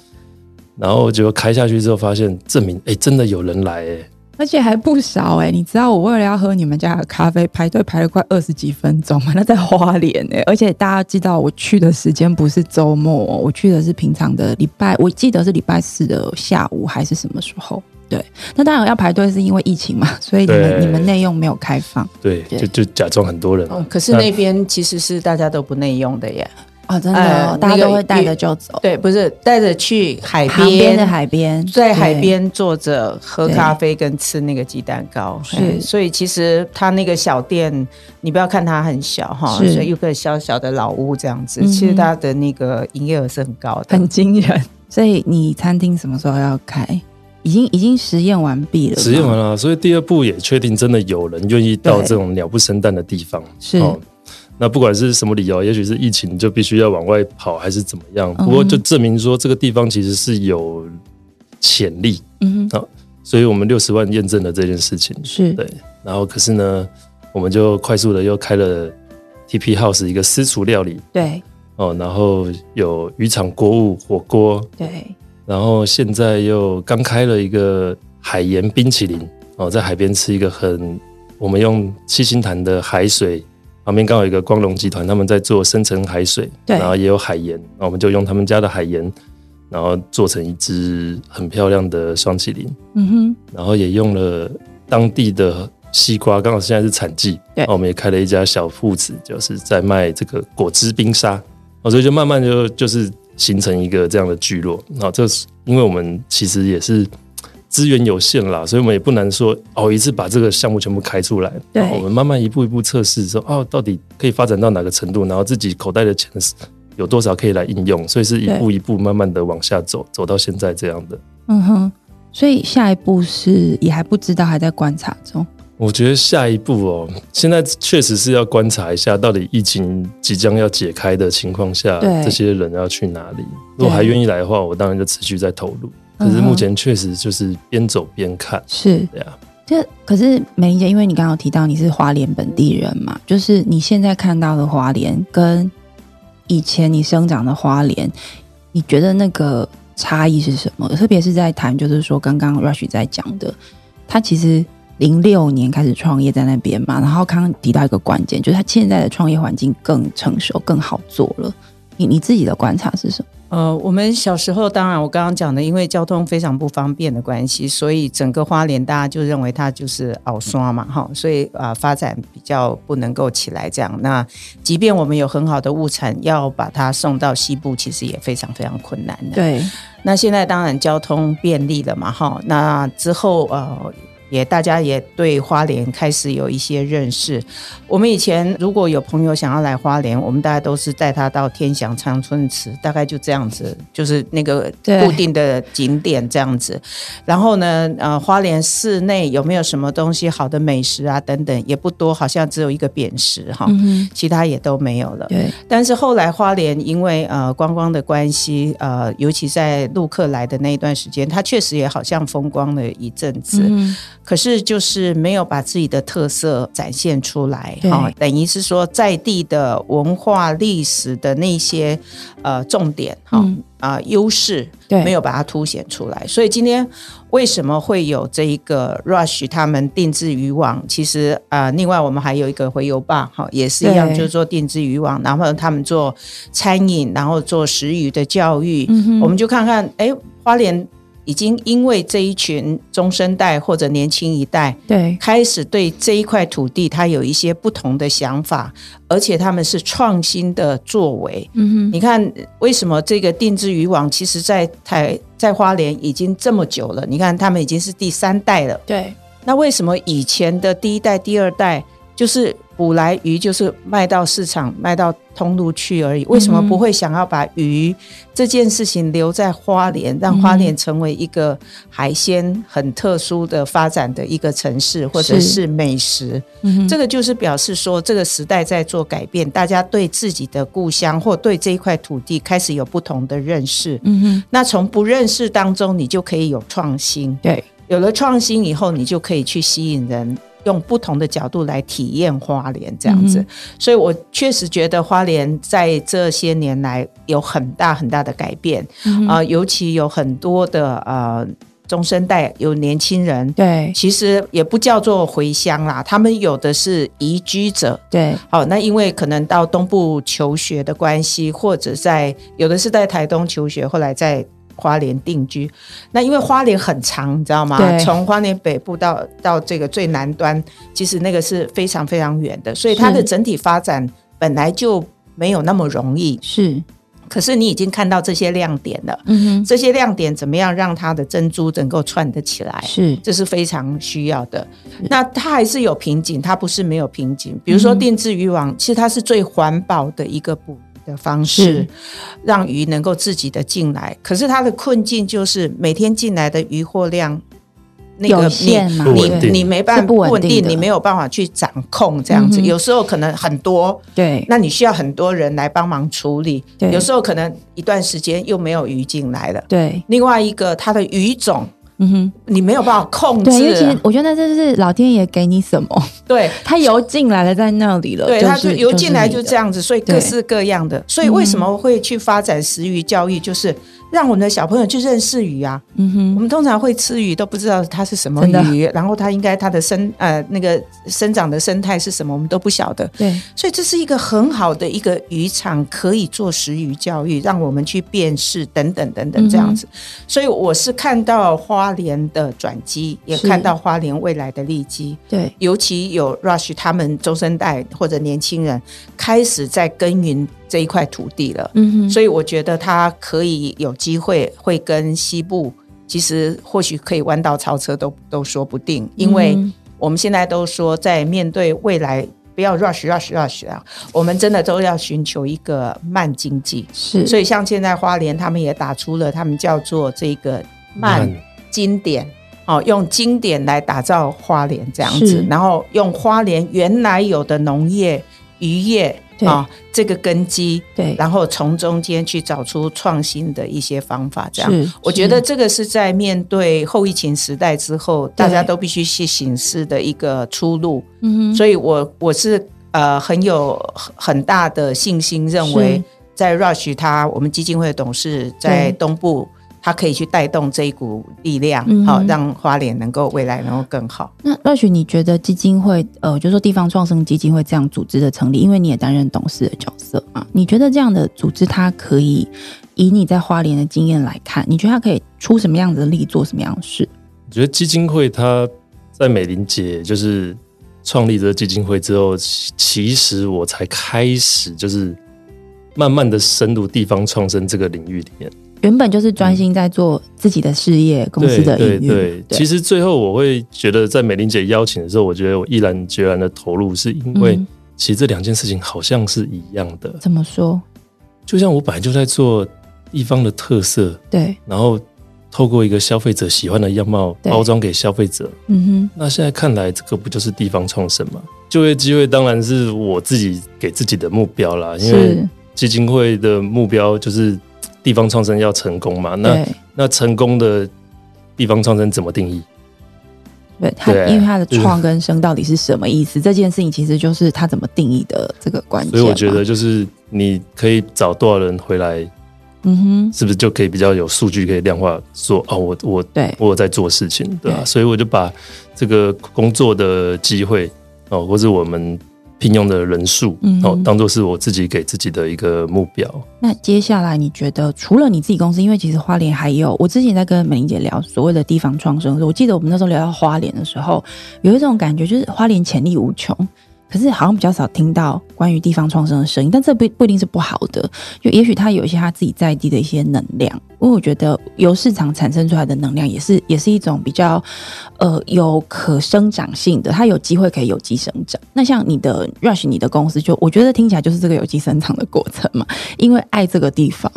[SPEAKER 1] 然后结果开下去之后，发现证明，哎，真的有人来，哎，
[SPEAKER 5] 而且还不少哎、你知道我为了要喝你们家的咖啡，排队排了快二十几分钟 嘛？那在花莲哎、而且大家知道我去的时间不是周末哦、我去的是平常的礼拜，我记得是礼拜四的下午还是什么时候？对，那当然要排队是因为疫情嘛， 所以你
[SPEAKER 1] 对
[SPEAKER 5] 们你们内用没有开放
[SPEAKER 1] 对，
[SPEAKER 5] 对
[SPEAKER 1] 就就假装很多人啊。
[SPEAKER 4] 哦，可是
[SPEAKER 1] 那
[SPEAKER 4] 那边其实是大家都不内用的耶。
[SPEAKER 5] 哦，真的、
[SPEAKER 4] 呃
[SPEAKER 5] 大家
[SPEAKER 4] 那个
[SPEAKER 5] 都会带
[SPEAKER 4] 也
[SPEAKER 5] 着就走，
[SPEAKER 4] 对，不是带着去海
[SPEAKER 5] 旁边
[SPEAKER 4] 边
[SPEAKER 5] 的海边，
[SPEAKER 4] 在海
[SPEAKER 5] 对，
[SPEAKER 4] 边坐着喝
[SPEAKER 5] 对
[SPEAKER 4] 咖啡跟吃那个鸡蛋糕，
[SPEAKER 5] 是
[SPEAKER 4] 嘿所以其实他那个小店，你不要看它很小哈，所
[SPEAKER 5] 是
[SPEAKER 4] 以有个小小的老屋这样子，
[SPEAKER 5] 嗯哼
[SPEAKER 4] 其实它的那个营业额是很高的。
[SPEAKER 5] 很惊人。所以你餐厅什么时候要开？已经已经实验完毕了吗，
[SPEAKER 1] 实验完了，所以第二步也确定真的有人愿意到
[SPEAKER 5] 对
[SPEAKER 1] 这种鸟不生蛋的地方。
[SPEAKER 5] 是、
[SPEAKER 1] 哦，那不管是什么理由，也许是疫情就必须要往外跑，还是怎么样，不
[SPEAKER 5] 哦
[SPEAKER 1] 过就证明说这个地方其实是有潜力，
[SPEAKER 5] 嗯哼，
[SPEAKER 1] 所以我们六十万验证了这件事情。
[SPEAKER 5] 是
[SPEAKER 1] 对，然后可是呢，我们就快速的又开了 TP House 一个私厨料理
[SPEAKER 5] 对。
[SPEAKER 1] 哦，然后有渔场锅物火锅，
[SPEAKER 5] 对，
[SPEAKER 1] 然后现在又刚开了一个海盐冰淇淋哦，在海边吃一个很，我们用七星潭的海水，旁边刚好有一个光荣集团，他们在做深层海水，
[SPEAKER 5] 对
[SPEAKER 1] 然后也有海盐，那我们就用他们家的海盐，然后做成一支很漂亮的双麒麟，
[SPEAKER 5] 嗯哼，
[SPEAKER 1] 然后也用了当地的西瓜，刚好现在是产季，
[SPEAKER 5] 对
[SPEAKER 1] 那我们也开哦了一家小铺子，就是在卖这个果汁冰沙，哦，所以就慢慢就就是形成一个这样的聚落。那这是因为我们其实也是资源有限啦，所以我们也不能说哦一次把这个项目全部开出来。
[SPEAKER 3] 对
[SPEAKER 1] 然后我们慢慢一步一步测试说哦到底可以发展到哪个程度，然后自己口袋的钱是有多少可以来应用，所以是一步一步慢慢的往下走，走到现在这样的。
[SPEAKER 5] 嗯哼，所以下一步是也还不知道，还在观察中。
[SPEAKER 1] 我觉得下一步哦，现在确实是要观察一下，到底疫情即将要解开的情况下，
[SPEAKER 5] 对
[SPEAKER 1] 这些人要去哪里？如果还愿意来的话，我当然就持续在投入。
[SPEAKER 5] 嗯
[SPEAKER 1] 可
[SPEAKER 5] 哼
[SPEAKER 1] 是目前确实就是边走边看，
[SPEAKER 5] 是，
[SPEAKER 1] 对啊，
[SPEAKER 5] 这可是美玲姐，因为你刚刚有提到你是花莲本地人嘛，就是你现在看到的花莲跟以前你生长的花莲，你觉得那个差异是什么？特别是在谈，就是说刚刚 Rush 在讲的，他其实零六年开始创业在那边嘛，然后刚刚提到一个关键，就是他现在的创业环境更成熟、更好做了。你你自己的观察是什么？
[SPEAKER 4] 呃，我们小时候，当然我刚刚讲的，因为交通非常不方便的关系，所以整个花莲大家就认为它就是鳌刷嘛，哈，所以啊、呃发展比较不能够起来这样。那即便我们有很好的物产，要把它送到西部，其实也非常非常困难的。
[SPEAKER 5] 对，
[SPEAKER 4] 那现在当然交通便利了嘛，哈，那之后呃。也大家也对花莲开始有一些认识。我们以前如果有朋友想要来花莲，我们大家都是带他到天祥长春池，大概就这样子，就是那个
[SPEAKER 5] 对
[SPEAKER 4] 固定的景点这样子。然后呢，呃，花莲市内有没有什么东西好的美食啊等等也不多，好像只有一个扁食哈，
[SPEAKER 5] 嗯哼，
[SPEAKER 4] 其他也都没有了。
[SPEAKER 5] 对，
[SPEAKER 4] 但是后来花莲因为呃观光的关系，呃，尤其在陆客来的那一段时间，它确实也好像风光了一阵子，
[SPEAKER 5] 嗯
[SPEAKER 4] 可是就是没有把自己的特色展现出来
[SPEAKER 5] 对
[SPEAKER 4] 啊、等于是说在地的文化历史的那些呃重点哈。
[SPEAKER 5] 嗯
[SPEAKER 4] 啊、优势
[SPEAKER 5] 对
[SPEAKER 4] 没有把它凸显出来，所以今天为什么会有这一个 Rush 他们定制渔网？其实啊、呃另外我们还有一个回游吧，哈，也是一样，
[SPEAKER 5] 对
[SPEAKER 4] 就是做定制渔网，然后他们做餐饮，然后做食鱼的教育，
[SPEAKER 5] 嗯哼
[SPEAKER 4] 我们就看看，哎，花莲已经因为这一群中生代或者年轻一代，
[SPEAKER 5] 对，
[SPEAKER 4] 开始对这一块土地他有一些不同的想法，而且他们是创新的作为，
[SPEAKER 5] 嗯哼，
[SPEAKER 4] 你看，为什么这个定制渔网，其实在台在花莲已经这么久了？你看，他们已经是第三代了。
[SPEAKER 5] 对，
[SPEAKER 4] 那为什么以前的第一代、第二代就是捕来鱼，就是卖到市场、卖到通路去而已？为什么不会想要把鱼这件事情留在花莲，让花莲成为一个海鲜很特殊的发展的一个城市，或者
[SPEAKER 5] 是
[SPEAKER 4] 是美食？
[SPEAKER 5] 嗯哼，
[SPEAKER 4] 这个就是表示说，这个时代在做改变，大家对自己的故乡或对这一块土地开始有不同的认识。
[SPEAKER 5] 嗯哼，
[SPEAKER 4] 那从不认识当中，你就可以有创新。
[SPEAKER 5] 对，
[SPEAKER 4] 有了创新以后，你就可以去吸引人，用不同的角度来体验花莲这样子。
[SPEAKER 5] 嗯
[SPEAKER 4] 所以我确实觉得花莲在这些年来有很大很大的改变
[SPEAKER 5] 嗯哼
[SPEAKER 4] 啊、尤其有很多的呃中生代有年轻人，
[SPEAKER 5] 对
[SPEAKER 4] 其实也不叫做回乡啦，他们有的是移居者。
[SPEAKER 5] 对，
[SPEAKER 4] 好，那因为可能到东部求学的关系，或者在有的是在台东求学，后来在花莲定居。那因为花莲很长，你知道吗
[SPEAKER 5] 对？
[SPEAKER 4] 从花莲北部到到这个最南端，其实那个是非常非常远的，所以它
[SPEAKER 5] 是
[SPEAKER 4] 的整体发展本来就没有那么容易。
[SPEAKER 5] 是，
[SPEAKER 4] 可是你已经看到这些亮点了，
[SPEAKER 5] 嗯哼，
[SPEAKER 4] 这些亮点怎么样让它的珍珠能够串得起来？
[SPEAKER 5] 是，
[SPEAKER 4] 这是非常需要的。那它还是有瓶颈，它不是没有瓶颈。比如说
[SPEAKER 5] 嗯
[SPEAKER 4] 定制渔网，其实它是最环保的一个捕鱼的方式
[SPEAKER 5] 是，
[SPEAKER 4] 让鱼能够自己的进来。可是它的困境就是每天进来的渔获量。那个
[SPEAKER 5] 有
[SPEAKER 4] 你
[SPEAKER 5] 限嘛，
[SPEAKER 1] 不
[SPEAKER 4] 你
[SPEAKER 1] 稳
[SPEAKER 4] 你
[SPEAKER 1] 定
[SPEAKER 4] 你没办
[SPEAKER 5] 是
[SPEAKER 4] 法
[SPEAKER 5] 不稳定的
[SPEAKER 4] 你没有办法去掌控这样子。
[SPEAKER 5] 嗯哼
[SPEAKER 4] 有时候可能很多，
[SPEAKER 5] 对
[SPEAKER 4] 那你需要很多人来帮忙处理。
[SPEAKER 5] 对
[SPEAKER 4] 有时候可能一段时间又没有鱼进来了。
[SPEAKER 5] 对，
[SPEAKER 4] 另外一个，它的鱼种
[SPEAKER 5] 嗯哼，
[SPEAKER 4] 你没有办法控制
[SPEAKER 5] 对，因为其
[SPEAKER 4] 啊
[SPEAKER 5] 实，我觉得这就是老天爷给你什么，
[SPEAKER 4] 对
[SPEAKER 5] 他游进来了，在那里了，
[SPEAKER 4] 对，
[SPEAKER 5] 就
[SPEAKER 4] 它就是游进来就这
[SPEAKER 5] 样，
[SPEAKER 4] 样子，所以
[SPEAKER 5] 对
[SPEAKER 4] 各式各样的。所以为什么会去发展食鱼教育，就是让我们的小朋友去认识鱼啊。
[SPEAKER 5] 嗯
[SPEAKER 4] 我
[SPEAKER 5] 哼，
[SPEAKER 4] 们通常会吃鱼，都不知道它是什么
[SPEAKER 5] 真的
[SPEAKER 4] 鱼，然后它应该它的生呃那个生长的生态是什么，我们都不晓得。
[SPEAKER 5] 对，
[SPEAKER 4] 所以这是一个很好的一个渔场，可以做食鱼教育，让我们去辨识等等等等这样子。所以我是看到花莲的转机，也
[SPEAKER 5] 是
[SPEAKER 4] 看到花莲未来的利基。
[SPEAKER 5] 对，
[SPEAKER 4] 尤其有 Rush 他们中生代或者年轻人开始在耕耘这一块土地了。
[SPEAKER 5] 嗯哼，
[SPEAKER 4] 所以我觉得他可以有机会会跟西部，其实或许可以弯道超车都都说不定，因为
[SPEAKER 5] 嗯
[SPEAKER 4] 我们现在都说在面对未来。不要 rush rush rush 啊！我们真的都要寻求一个慢经济，
[SPEAKER 5] 是，
[SPEAKER 4] 所
[SPEAKER 5] 以
[SPEAKER 4] 以像现在花莲他们也打出了，他们叫做这个慢经典，哦，用经典来打造花莲这样
[SPEAKER 5] 嗯是
[SPEAKER 4] 子，然后用花莲原来有的农业、渔业
[SPEAKER 5] 对
[SPEAKER 4] 啊、这个根基，
[SPEAKER 5] 对，
[SPEAKER 4] 然后从中间去找出创新的一些方法，这样。
[SPEAKER 5] 是，
[SPEAKER 4] 我觉得这个是在面对后疫情时代之后，大家都必须去醒思的一个出路。
[SPEAKER 5] 嗯哼，
[SPEAKER 4] 所以我我是呃很有很大的信心，认为
[SPEAKER 5] 是
[SPEAKER 4] 在 Rush 他我们基金会的董事在
[SPEAKER 5] 对
[SPEAKER 4] 东部，他可以去带动这一股力量
[SPEAKER 5] 嗯，
[SPEAKER 4] 好、让花莲能够未来能够更好。
[SPEAKER 5] 那乐许，你觉得基金会，呃，就说地方创生基金会这样组织的成立，因为你也担任董事的角色嘛，你觉得这样的组织它可以以你在花莲的经验来看，你觉得它可以出什么样子的力，做什么样的事？
[SPEAKER 1] 我觉得基金会它在美玲姐就是创立这个基金会之后，其其实我才开始就是慢慢的深入地方创生这个领域里面。
[SPEAKER 5] 原本就是专心在做自己的事业，公司的
[SPEAKER 1] 对
[SPEAKER 5] 营运，
[SPEAKER 1] 对对，其
[SPEAKER 5] 实
[SPEAKER 1] 实最后我会觉得，在美玲姐邀请的时候，我觉得我毅然决然的投入，是因为
[SPEAKER 5] 嗯
[SPEAKER 1] 其实这两件事情好像是一样的。
[SPEAKER 5] 怎么说？
[SPEAKER 1] 就像我本来就在做地方的特色，
[SPEAKER 5] 对，
[SPEAKER 1] 然后透过一个消费者喜欢的样貌
[SPEAKER 5] 对
[SPEAKER 1] 包装给消费者。
[SPEAKER 5] 嗯
[SPEAKER 1] 那现在看来，这个不就是地方创生吗？就业机会当然是我自己给自己的目标啦，
[SPEAKER 5] 哼，
[SPEAKER 1] 因为
[SPEAKER 5] 是，
[SPEAKER 1] 基金会的目标就是地方创生要成功嘛。那
[SPEAKER 5] 对
[SPEAKER 1] 那成功的地方创生怎么定义？
[SPEAKER 5] 对，它
[SPEAKER 1] 对
[SPEAKER 5] 因为它的
[SPEAKER 1] 就是
[SPEAKER 5] 创跟生到底是什么意思，这件事情其实就是它怎么定义的这个关键嘛。
[SPEAKER 1] 所以我觉得就是你可以找多少人回来，
[SPEAKER 5] 嗯哼，
[SPEAKER 1] 是不是就可以比较有数据可以量化说哦，我我
[SPEAKER 5] 对，
[SPEAKER 1] 我有在做事情，对吧、
[SPEAKER 5] 对
[SPEAKER 1] 所以我就把这个工作的机会哦，或是我们聘用的人数、
[SPEAKER 5] 嗯
[SPEAKER 1] 哦，当做是我自己给自己的一个目标。
[SPEAKER 5] 那接下来你觉得除了你自己公司，因为其实花莲还有，我之前在跟美玲姐聊所谓的地方创生的时候，我记得我们那时候聊到花莲的时候，有一种感觉就是花莲潜力无穷。可是好像比较少听到关于地方创生的声音，但这不不一定是不好的，就也许它有一些它自己在地的一些能量，因为我觉得由市场产生出来的能量也是也是一种比较呃有可生长性的，它有机会可以有机生长。那像你的 Rush，你的公司就我觉得听起来就是这个有机生长的过程嘛，因为爱这个地方，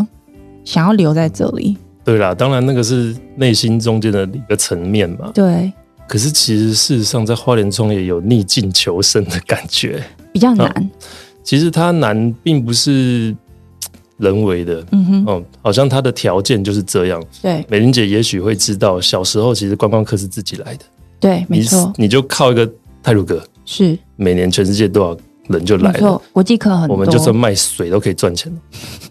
[SPEAKER 5] 想要留在这里。
[SPEAKER 1] 对啦，当然那个是内心中间的一个层面嘛。
[SPEAKER 5] 对，
[SPEAKER 1] 可是其实事实上，在花莲创业有逆境求生的感觉。
[SPEAKER 5] 比较难。
[SPEAKER 1] 其实它难，并不是嘖人为的，
[SPEAKER 5] 嗯哼，
[SPEAKER 1] 哦，好像它的条件就是这样。
[SPEAKER 5] 对
[SPEAKER 1] 美玲姐也许会知道，小时候其实观光客是自己来的，
[SPEAKER 5] 对，没
[SPEAKER 1] 你
[SPEAKER 5] 错，
[SPEAKER 1] 你就靠一个泰鲁格，
[SPEAKER 5] 是
[SPEAKER 1] 每年全世界多少人就来了
[SPEAKER 5] 没错，，国际客很多。
[SPEAKER 1] 我们就算卖水都可以赚钱 了，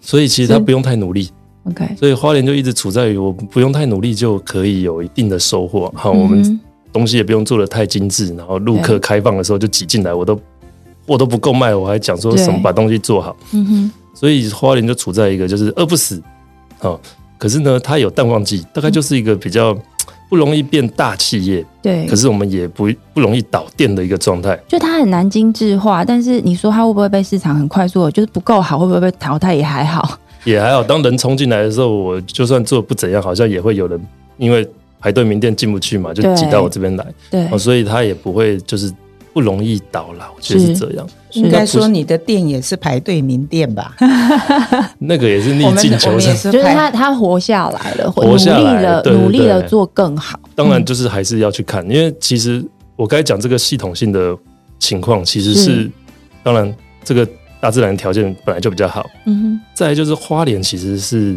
[SPEAKER 1] 所以其实他不用太努力，
[SPEAKER 5] OK，
[SPEAKER 1] 所以花莲就一直处在于我不用太努力就可以有一定的收获。好，哦我
[SPEAKER 5] 嗯
[SPEAKER 1] 们
[SPEAKER 5] 哼
[SPEAKER 1] 东西也不用做的太精致，然后陆客
[SPEAKER 5] 对
[SPEAKER 1] 开放的时候就挤进来，我都我都不够卖，我还讲说
[SPEAKER 5] 对
[SPEAKER 1] 什么把东西做好，
[SPEAKER 5] 嗯哼，
[SPEAKER 1] 所以花莲就处在一个就是饿不死，好，可是呢，它有淡旺季，大概就是一个比较不容易变大企业，
[SPEAKER 5] 对。
[SPEAKER 1] 可是我们也不不容易倒店的一个状态。
[SPEAKER 5] 就它很难精致化，但是你说它会不会被市场很快速，就是不够好，会不会被淘汰也还好。
[SPEAKER 1] 也还好，当人冲进来的时候，我就算做得不怎样，好像也会有人因为排队名店进不去嘛，就
[SPEAKER 5] 对
[SPEAKER 1] 挤到我这边来、
[SPEAKER 5] 对
[SPEAKER 1] 哦，，所以他也不会就是不容易倒了，我觉得
[SPEAKER 5] 是
[SPEAKER 1] 是这样。
[SPEAKER 4] 应该
[SPEAKER 1] 那不是
[SPEAKER 4] 说你的店也是排队名店 吧？
[SPEAKER 1] 那个也是逆
[SPEAKER 4] 我们
[SPEAKER 1] 境
[SPEAKER 4] 我
[SPEAKER 1] 求
[SPEAKER 4] 们
[SPEAKER 1] 生
[SPEAKER 4] 也，是
[SPEAKER 5] 就是他
[SPEAKER 4] 排。
[SPEAKER 5] 他活下来了，
[SPEAKER 1] 活下
[SPEAKER 5] 努
[SPEAKER 1] 来
[SPEAKER 5] 力了，
[SPEAKER 1] 对对
[SPEAKER 5] 努力了
[SPEAKER 1] 对
[SPEAKER 5] 做更好。
[SPEAKER 1] 当然就是还是要去看，因为其实我刚才讲这个系统性的情况，其实是、
[SPEAKER 5] 嗯
[SPEAKER 1] 当然这个大自然条件本来就比较好，
[SPEAKER 5] 嗯
[SPEAKER 1] 再来就是花莲其实是。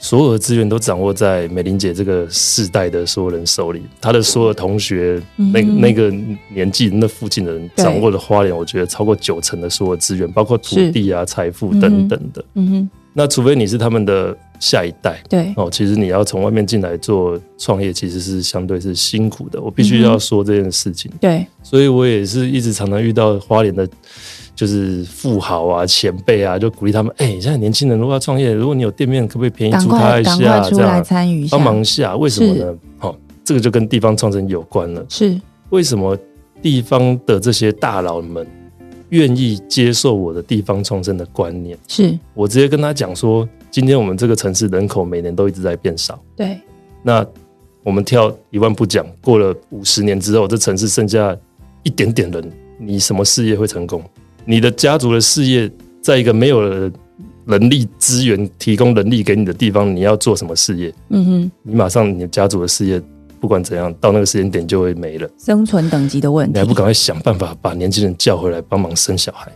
[SPEAKER 1] 所有的资源都掌握在美玲姐这个世代的所有人手里，她的所有同学
[SPEAKER 5] 嗯
[SPEAKER 1] 那个那个年纪那附近的人
[SPEAKER 5] 对
[SPEAKER 1] 掌握的花莲，我觉得超过九成的所有资源，包括土
[SPEAKER 5] 是
[SPEAKER 1] 地啊、财富
[SPEAKER 5] 嗯
[SPEAKER 1] 等
[SPEAKER 5] 哼
[SPEAKER 1] 等的。
[SPEAKER 5] 哼，嗯哼，
[SPEAKER 1] 那除非你是他们的下一代
[SPEAKER 5] 对，
[SPEAKER 1] 哦，其实你要从外面进来做创业，其实是相对是辛苦的。我必须
[SPEAKER 5] 嗯哼
[SPEAKER 1] 要说这件事情，
[SPEAKER 5] 对，
[SPEAKER 1] 所以我也是一直常常遇到花莲的，就是富豪啊、前辈啊，就鼓励他们：哎、你现在年轻人如果要创业，如果你有店面，可不可以便宜
[SPEAKER 5] 赶
[SPEAKER 1] 租他
[SPEAKER 5] 快
[SPEAKER 1] 一
[SPEAKER 5] 赶快
[SPEAKER 1] 下，
[SPEAKER 5] 出
[SPEAKER 1] 这
[SPEAKER 5] 来
[SPEAKER 1] 样
[SPEAKER 5] 参与一下，
[SPEAKER 1] 帮忙一下？为什么呢？好、这个就跟地方创生有关了。
[SPEAKER 5] 是
[SPEAKER 1] 为什么地方的这些大佬们愿意接受我的地方创生的观念。
[SPEAKER 5] 是
[SPEAKER 1] 我直接跟他讲说，今天我们这个城市人口每年都一直在变少。
[SPEAKER 5] 对，
[SPEAKER 1] 那我们跳一万步讲，过了五十年之后，这城市剩下一点点人，你什么事业会成功？你的家族的事业，在一个没有人力资源提供人力给你的地方，你要做什么事业？
[SPEAKER 5] 嗯哼，
[SPEAKER 1] 你马上你的家族的事业，不管怎样，到那个时间点就会没了。
[SPEAKER 5] 生存等级的问
[SPEAKER 1] 你
[SPEAKER 5] 题
[SPEAKER 1] 还不赶快想办法把年轻人叫回来帮忙生小孩，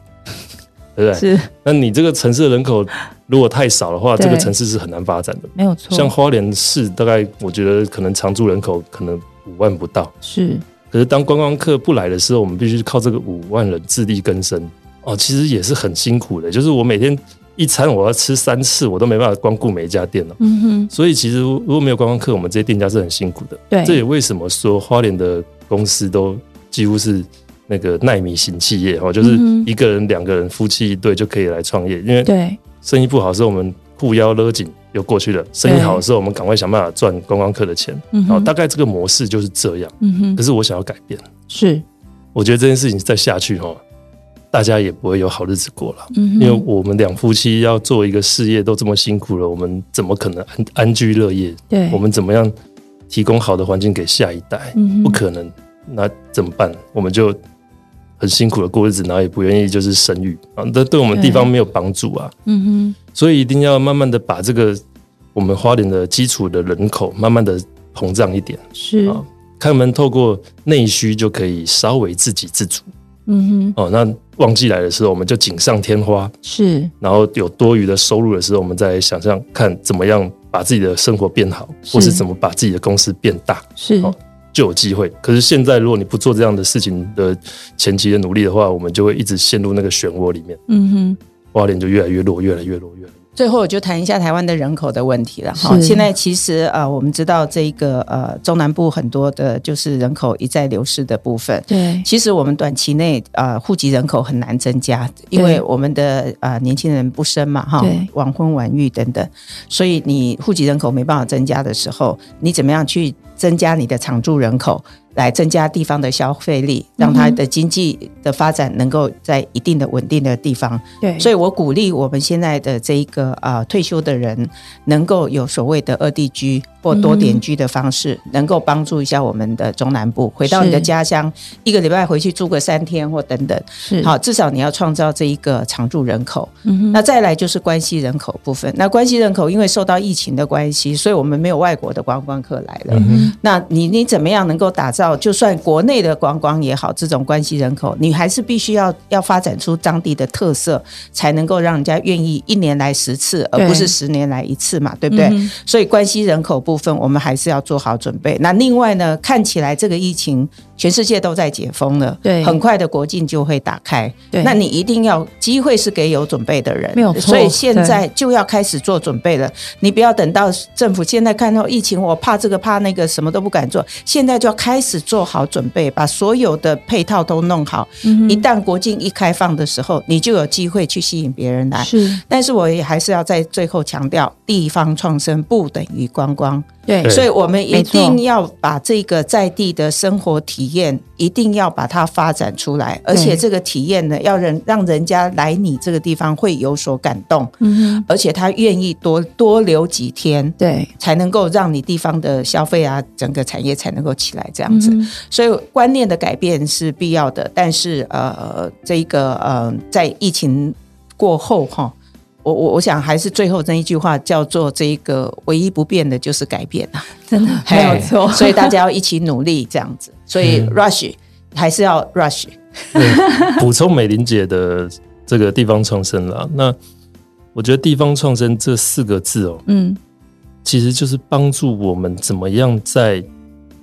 [SPEAKER 1] 对不对？
[SPEAKER 5] 是
[SPEAKER 1] 那你这个城市的人口如果太少的话，
[SPEAKER 5] 对
[SPEAKER 1] 这个城市是很难发展的。
[SPEAKER 5] 没有错，
[SPEAKER 1] 像花莲市，大概我觉得可能常住人口可能五万不到，
[SPEAKER 5] 是
[SPEAKER 1] 可是当观光客不来的时候，我们必须靠这个五万人自力更生。哦，其实也是很辛苦的，就是我每天一餐我要吃三次，我都没办法光顾每一家店了。
[SPEAKER 5] 嗯哼，
[SPEAKER 1] 所以其实如果没有观光客，我们这些店家是很辛苦的。
[SPEAKER 5] 对，
[SPEAKER 1] 这也为什么说花莲的公司都几乎是那个耐米型企业哦，就是
[SPEAKER 5] 嗯哼
[SPEAKER 1] 一个人、两个人、夫妻一对就可以来创业，因为
[SPEAKER 5] 对
[SPEAKER 1] 生意不好的时候，我们护腰勒紧又过去了；生意好的时候，我们赶快想办法赚观光客的钱。
[SPEAKER 5] 嗯
[SPEAKER 1] 好，
[SPEAKER 5] 哼，
[SPEAKER 1] 大概这个模式就是这样。
[SPEAKER 5] 嗯哼
[SPEAKER 1] 可是我想要改变，
[SPEAKER 5] 是，
[SPEAKER 1] 我觉得这件事情再下去哦，大家也不会有好日子过了。
[SPEAKER 5] 嗯哼，
[SPEAKER 1] 因为我们两夫妻要做一个事业都这么辛苦了，我们怎么可能安安居乐业？
[SPEAKER 5] 对
[SPEAKER 1] 我们怎么样提供好的环境给下一代？
[SPEAKER 5] 嗯哼
[SPEAKER 1] 不可能，那怎么办？我们就很辛苦的过日子，然后也不愿意就是生育啊，这对我们地方没有帮助啊。
[SPEAKER 5] 嗯
[SPEAKER 1] 所以一定要慢慢的把这个我们花莲的基础的人口慢慢的膨胀一点，
[SPEAKER 5] 哼是，
[SPEAKER 1] 好看我们透过内需就可以稍微自给自足
[SPEAKER 5] 嗯哼
[SPEAKER 1] 哦。那旺季来的时候，我们就锦上添花，
[SPEAKER 5] 是
[SPEAKER 1] 然后有多余的收入的时候，我们再想象看怎么样把自己的生活变好，
[SPEAKER 5] 是
[SPEAKER 1] 或是怎么把自己的公司变大，
[SPEAKER 5] 是
[SPEAKER 1] 好就有机会。可是现在如果你不做这样的事情的前期的努力的话，我们就会一直陷入那个漩涡里面，
[SPEAKER 5] 嗯哼
[SPEAKER 1] 花莲就越来越弱，越来越弱，越来越弱。
[SPEAKER 4] 最后，我就谈一下台湾的人口的问题了哈。
[SPEAKER 5] 是
[SPEAKER 4] 现在其实呃，我们知道这个呃中南部很多的就是人口一再流失的部分。
[SPEAKER 5] 对
[SPEAKER 4] 其实我们短期内呃户籍人口很难增加，因为我们的呃年轻人不生嘛哈
[SPEAKER 5] 对，
[SPEAKER 4] 晚婚晚育等等，所以你户籍人口没办法增加的时候，你怎么样去增加你的常住人口，来增加地方的消费力，让它的经济的发展能够在一定的稳定的地方
[SPEAKER 5] 对，
[SPEAKER 4] 所
[SPEAKER 5] 以
[SPEAKER 4] 以我鼓励我们现在的这一个啊、呃退休的人，能够有所谓的二地居或
[SPEAKER 5] 嗯
[SPEAKER 4] 多点居的方式，能够帮助一下我们的中南部，回到你的
[SPEAKER 5] 是
[SPEAKER 4] 家乡，一个礼拜回去住个三天或等等。
[SPEAKER 5] 是
[SPEAKER 4] 好，，至少你要创造这一个常住人口。
[SPEAKER 5] 嗯哼
[SPEAKER 4] 那再来就是关系人口部分。那关系人口因为受到疫情的关系，所以我们没有外国的观光客来了。
[SPEAKER 5] 嗯
[SPEAKER 4] 那你你怎么样能够打造，就算国内的观光也好，这种关系人口，你还是必须要要发展出当地的特色，才能够让人家愿意一年来十次，而不
[SPEAKER 5] 对
[SPEAKER 4] 是十年来一次嘛，对不对？
[SPEAKER 5] 嗯
[SPEAKER 4] 所以关系人口部分，我们还是要做好准备。那另外呢，看起来这个疫情全世界都在解封了，
[SPEAKER 5] 对
[SPEAKER 4] 很快的国境就会打开。
[SPEAKER 5] 对
[SPEAKER 4] 那你一定要机会是给有准备的人，
[SPEAKER 5] 没有错
[SPEAKER 4] 所以现在就要开始做准备了。你不要等到政府现在看到疫情，我怕这个怕那个，什么都不敢做，现在就要开始做好准备，把所有的配套都弄好。
[SPEAKER 5] 嗯
[SPEAKER 4] 一旦国境一开放的时候，你就有机会去吸引别人来。
[SPEAKER 5] 是
[SPEAKER 4] 但是我也还是要在最后强调，地方创生不等于观光，
[SPEAKER 5] 对
[SPEAKER 1] 对
[SPEAKER 4] 所以我们一
[SPEAKER 5] 没错
[SPEAKER 4] 定要把这个在地的生活体验，一定要把它发展出来，而且这个体验呢，要人让人家来你这个地方会有所感动，
[SPEAKER 5] 嗯哼
[SPEAKER 4] 而且他愿意多多留几天。
[SPEAKER 5] 对
[SPEAKER 4] 才能够让你地方的消费啊，整个产业才能够起来这样子。
[SPEAKER 5] 嗯哼
[SPEAKER 4] 所以观念的改变是必要的，但是呃，这一个呃，在疫情过后哈，我我我想还是最后那一句话叫做这一个唯一不变的就是改变啊，
[SPEAKER 5] 真的没有 错，
[SPEAKER 4] 嘿所以大家要一起努力这样子，所以
[SPEAKER 1] 嗯
[SPEAKER 4] rush 还是要 rush，
[SPEAKER 1] 对补充美玲姐的这个地方创生啦。那我觉得“地方创生”这四个字哦，
[SPEAKER 5] 嗯
[SPEAKER 1] 其实就是帮助我们怎么样在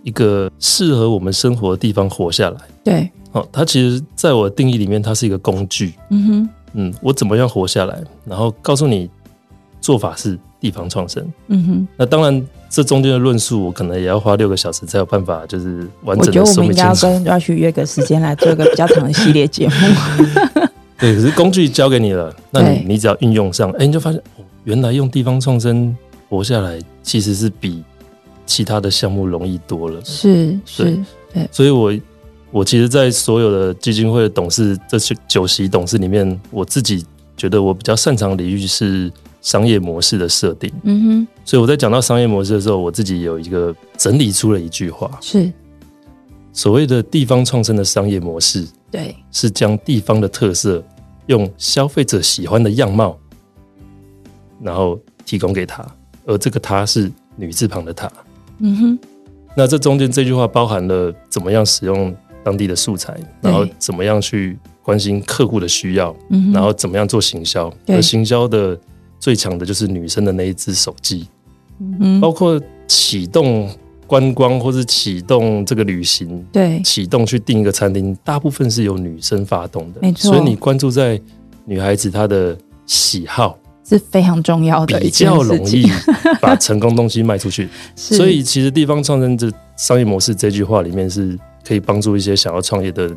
[SPEAKER 1] 一个适合我们生活的地方活下来。
[SPEAKER 5] 对，
[SPEAKER 1] 哦，它其实在我的定义里面，它是一个工具。
[SPEAKER 5] 嗯哼
[SPEAKER 1] 嗯，我怎么样活下来？然后告诉你做法是地方创生。
[SPEAKER 5] 嗯哼，
[SPEAKER 1] 那当然，这中间的论述我可能也要花六个小时才有办法，就是完
[SPEAKER 6] 我
[SPEAKER 1] 整
[SPEAKER 6] 觉得我
[SPEAKER 1] 的说
[SPEAKER 6] 们应
[SPEAKER 1] 明
[SPEAKER 6] 该
[SPEAKER 1] 清
[SPEAKER 6] 要
[SPEAKER 1] 楚。
[SPEAKER 6] 跟 Rush 约个时间来做一个比较长的系列节目。
[SPEAKER 1] 对，可是工具交给你了，那
[SPEAKER 5] 对
[SPEAKER 1] 你你只要运用上，哎，你就发现哦，原来用地方创生活下来，其 实是比其他的项目容易多了。
[SPEAKER 5] 是是
[SPEAKER 1] 所以我我其实，在所有的基金会的董事这些酒席董事里面，我自己觉得我比较擅长的领域是商业模式的设定。
[SPEAKER 5] 嗯哼，
[SPEAKER 1] 所以我在讲到商业模式的时候，我自己有一个整理出了一句话：
[SPEAKER 5] 是
[SPEAKER 1] 所谓的地方创生的商业模式，
[SPEAKER 5] 对，
[SPEAKER 1] 是将地方的特色用消费者喜欢的样貌，然后提供给他，而这个“他”是女字旁的“他”。
[SPEAKER 5] 嗯哼，
[SPEAKER 1] 那这中间这句话包含了怎么样使用当地的素材，
[SPEAKER 5] 对
[SPEAKER 1] 然后怎么样去关心客户的需要，
[SPEAKER 5] 嗯哼，
[SPEAKER 1] 然后怎么样做行销。
[SPEAKER 5] 对
[SPEAKER 1] 而行销的最强的就是女生的那一只手机，
[SPEAKER 5] 嗯
[SPEAKER 1] 包括启动观光或是启动这个旅行，
[SPEAKER 5] 对，
[SPEAKER 1] 启动去订一个餐厅，大部分是由女生发动的，
[SPEAKER 5] 没错
[SPEAKER 1] 所以你关注在女孩子她的喜好，
[SPEAKER 5] 是非常重要的
[SPEAKER 1] 比
[SPEAKER 5] 一件
[SPEAKER 1] 较容
[SPEAKER 5] 事
[SPEAKER 1] 易
[SPEAKER 5] 情，
[SPEAKER 1] 把成功东西卖出去。
[SPEAKER 5] 是
[SPEAKER 1] 所以其实地方创生这商业模式这句话里面是可以帮助一些想要创业的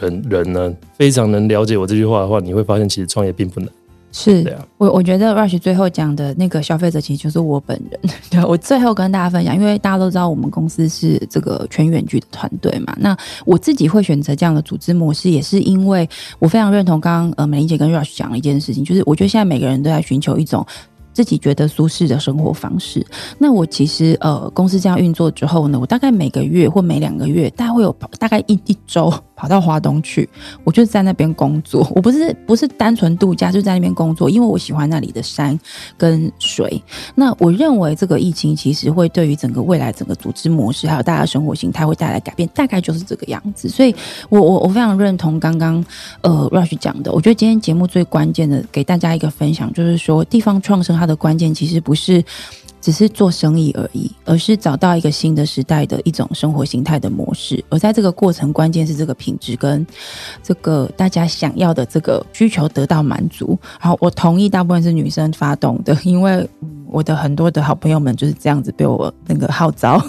[SPEAKER 1] 人人呢，非常能了解我这句话的话，你会发现其实创业并不难。
[SPEAKER 5] 是
[SPEAKER 1] 对啊
[SPEAKER 5] 我我觉得 Rush 最后讲的那个消费者其实就是我本人。 对我最后跟大家分享，因为大家都知道我们公司是这个全远距的团队嘛，那我自己会选择这样的组织模式，也是因为我非常认同刚刚呃美玲姐跟 Rush 讲的一件事情，就是我觉得现在每个人都在寻求一种。自己觉得舒适的生活方式。那我其实呃，公司这样运作之后呢，我大概每个月或每两个月，大概会有跑大概一一周跑到华东去，我就是在那边工作，我不是不是单纯度假，就在那边工作，因为我喜欢那里的山跟水。那我认为这个疫情其实会对于整个未来整个组织模式还有大家的生活形态会带来改变，大概就是这个样子。所以我我我非常认同刚刚呃 Rush 讲的，我觉得今天节目最关键的给大家一个分享，就是说地方创生它的关键其实不是。只是做生意而已，而是找到一个新的时代的一种生活形态的模式。而在这个过程，关键是这个品质跟这个大家想要的这个需求得到满足。好，我同意大部分是女生发动的，因为嗯我的很多的好朋友们就是这样子被我那个号召。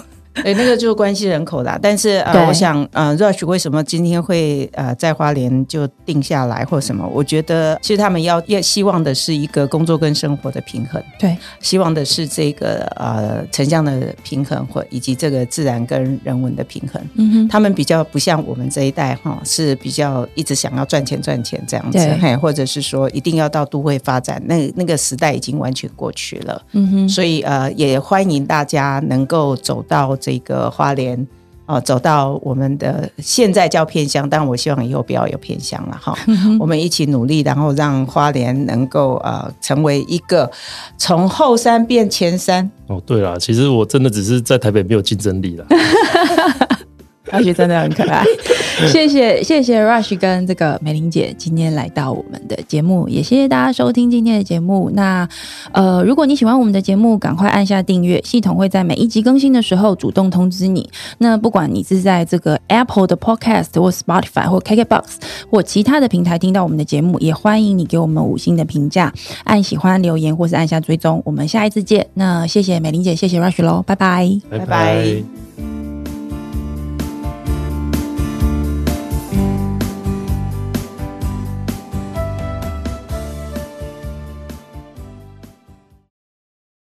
[SPEAKER 4] 对，那个就是关系人口啦。但是
[SPEAKER 5] 对
[SPEAKER 4] 呃，我想呃，Rush 为什么今天会呃在花莲就定下来或什么？我觉得其实他们要要希望的是一个工作跟生活的平衡，
[SPEAKER 5] 对，
[SPEAKER 4] 希望的是这个呃城乡的平衡或以及这个自然跟人文的平衡。
[SPEAKER 5] 嗯哼，
[SPEAKER 4] 他们比较不像我们这一代哈，是比较一直想要赚钱赚钱这样子
[SPEAKER 5] 对，
[SPEAKER 4] 嘿，或者是说一定要到都会发展，那那个时代已经完全过去了。
[SPEAKER 5] 嗯哼，
[SPEAKER 4] 所以呃，也欢迎大家能够走到这个花莲。哦，走到我们的现在叫偏乡，但我希望以后不要有偏乡了哈。我们一起努力，然后让花莲能够呃成为一个从后山变前山。
[SPEAKER 1] 哦，对啦，其实我真的只是在台北没有竞争力啦。
[SPEAKER 5] 而且真的很可爱。谢谢谢谢 Rush 跟这个美玲姐今天来到我们的节目，也谢谢大家收听今天的节目。那呃，如果你喜欢我们的节目，赶快按下订阅，系统会在每一集更新的时候主动通知你。那不管你是在这个 Apple 的 Podcast 或 Spotify 或 KKBox 或其他的平台听到我们的节目，也欢迎你给我们五星的评价，按喜欢留言或是按下追踪。我们下一次见。那谢谢美玲姐，谢谢 Rush 喽，拜拜。
[SPEAKER 1] 拜
[SPEAKER 4] 拜拜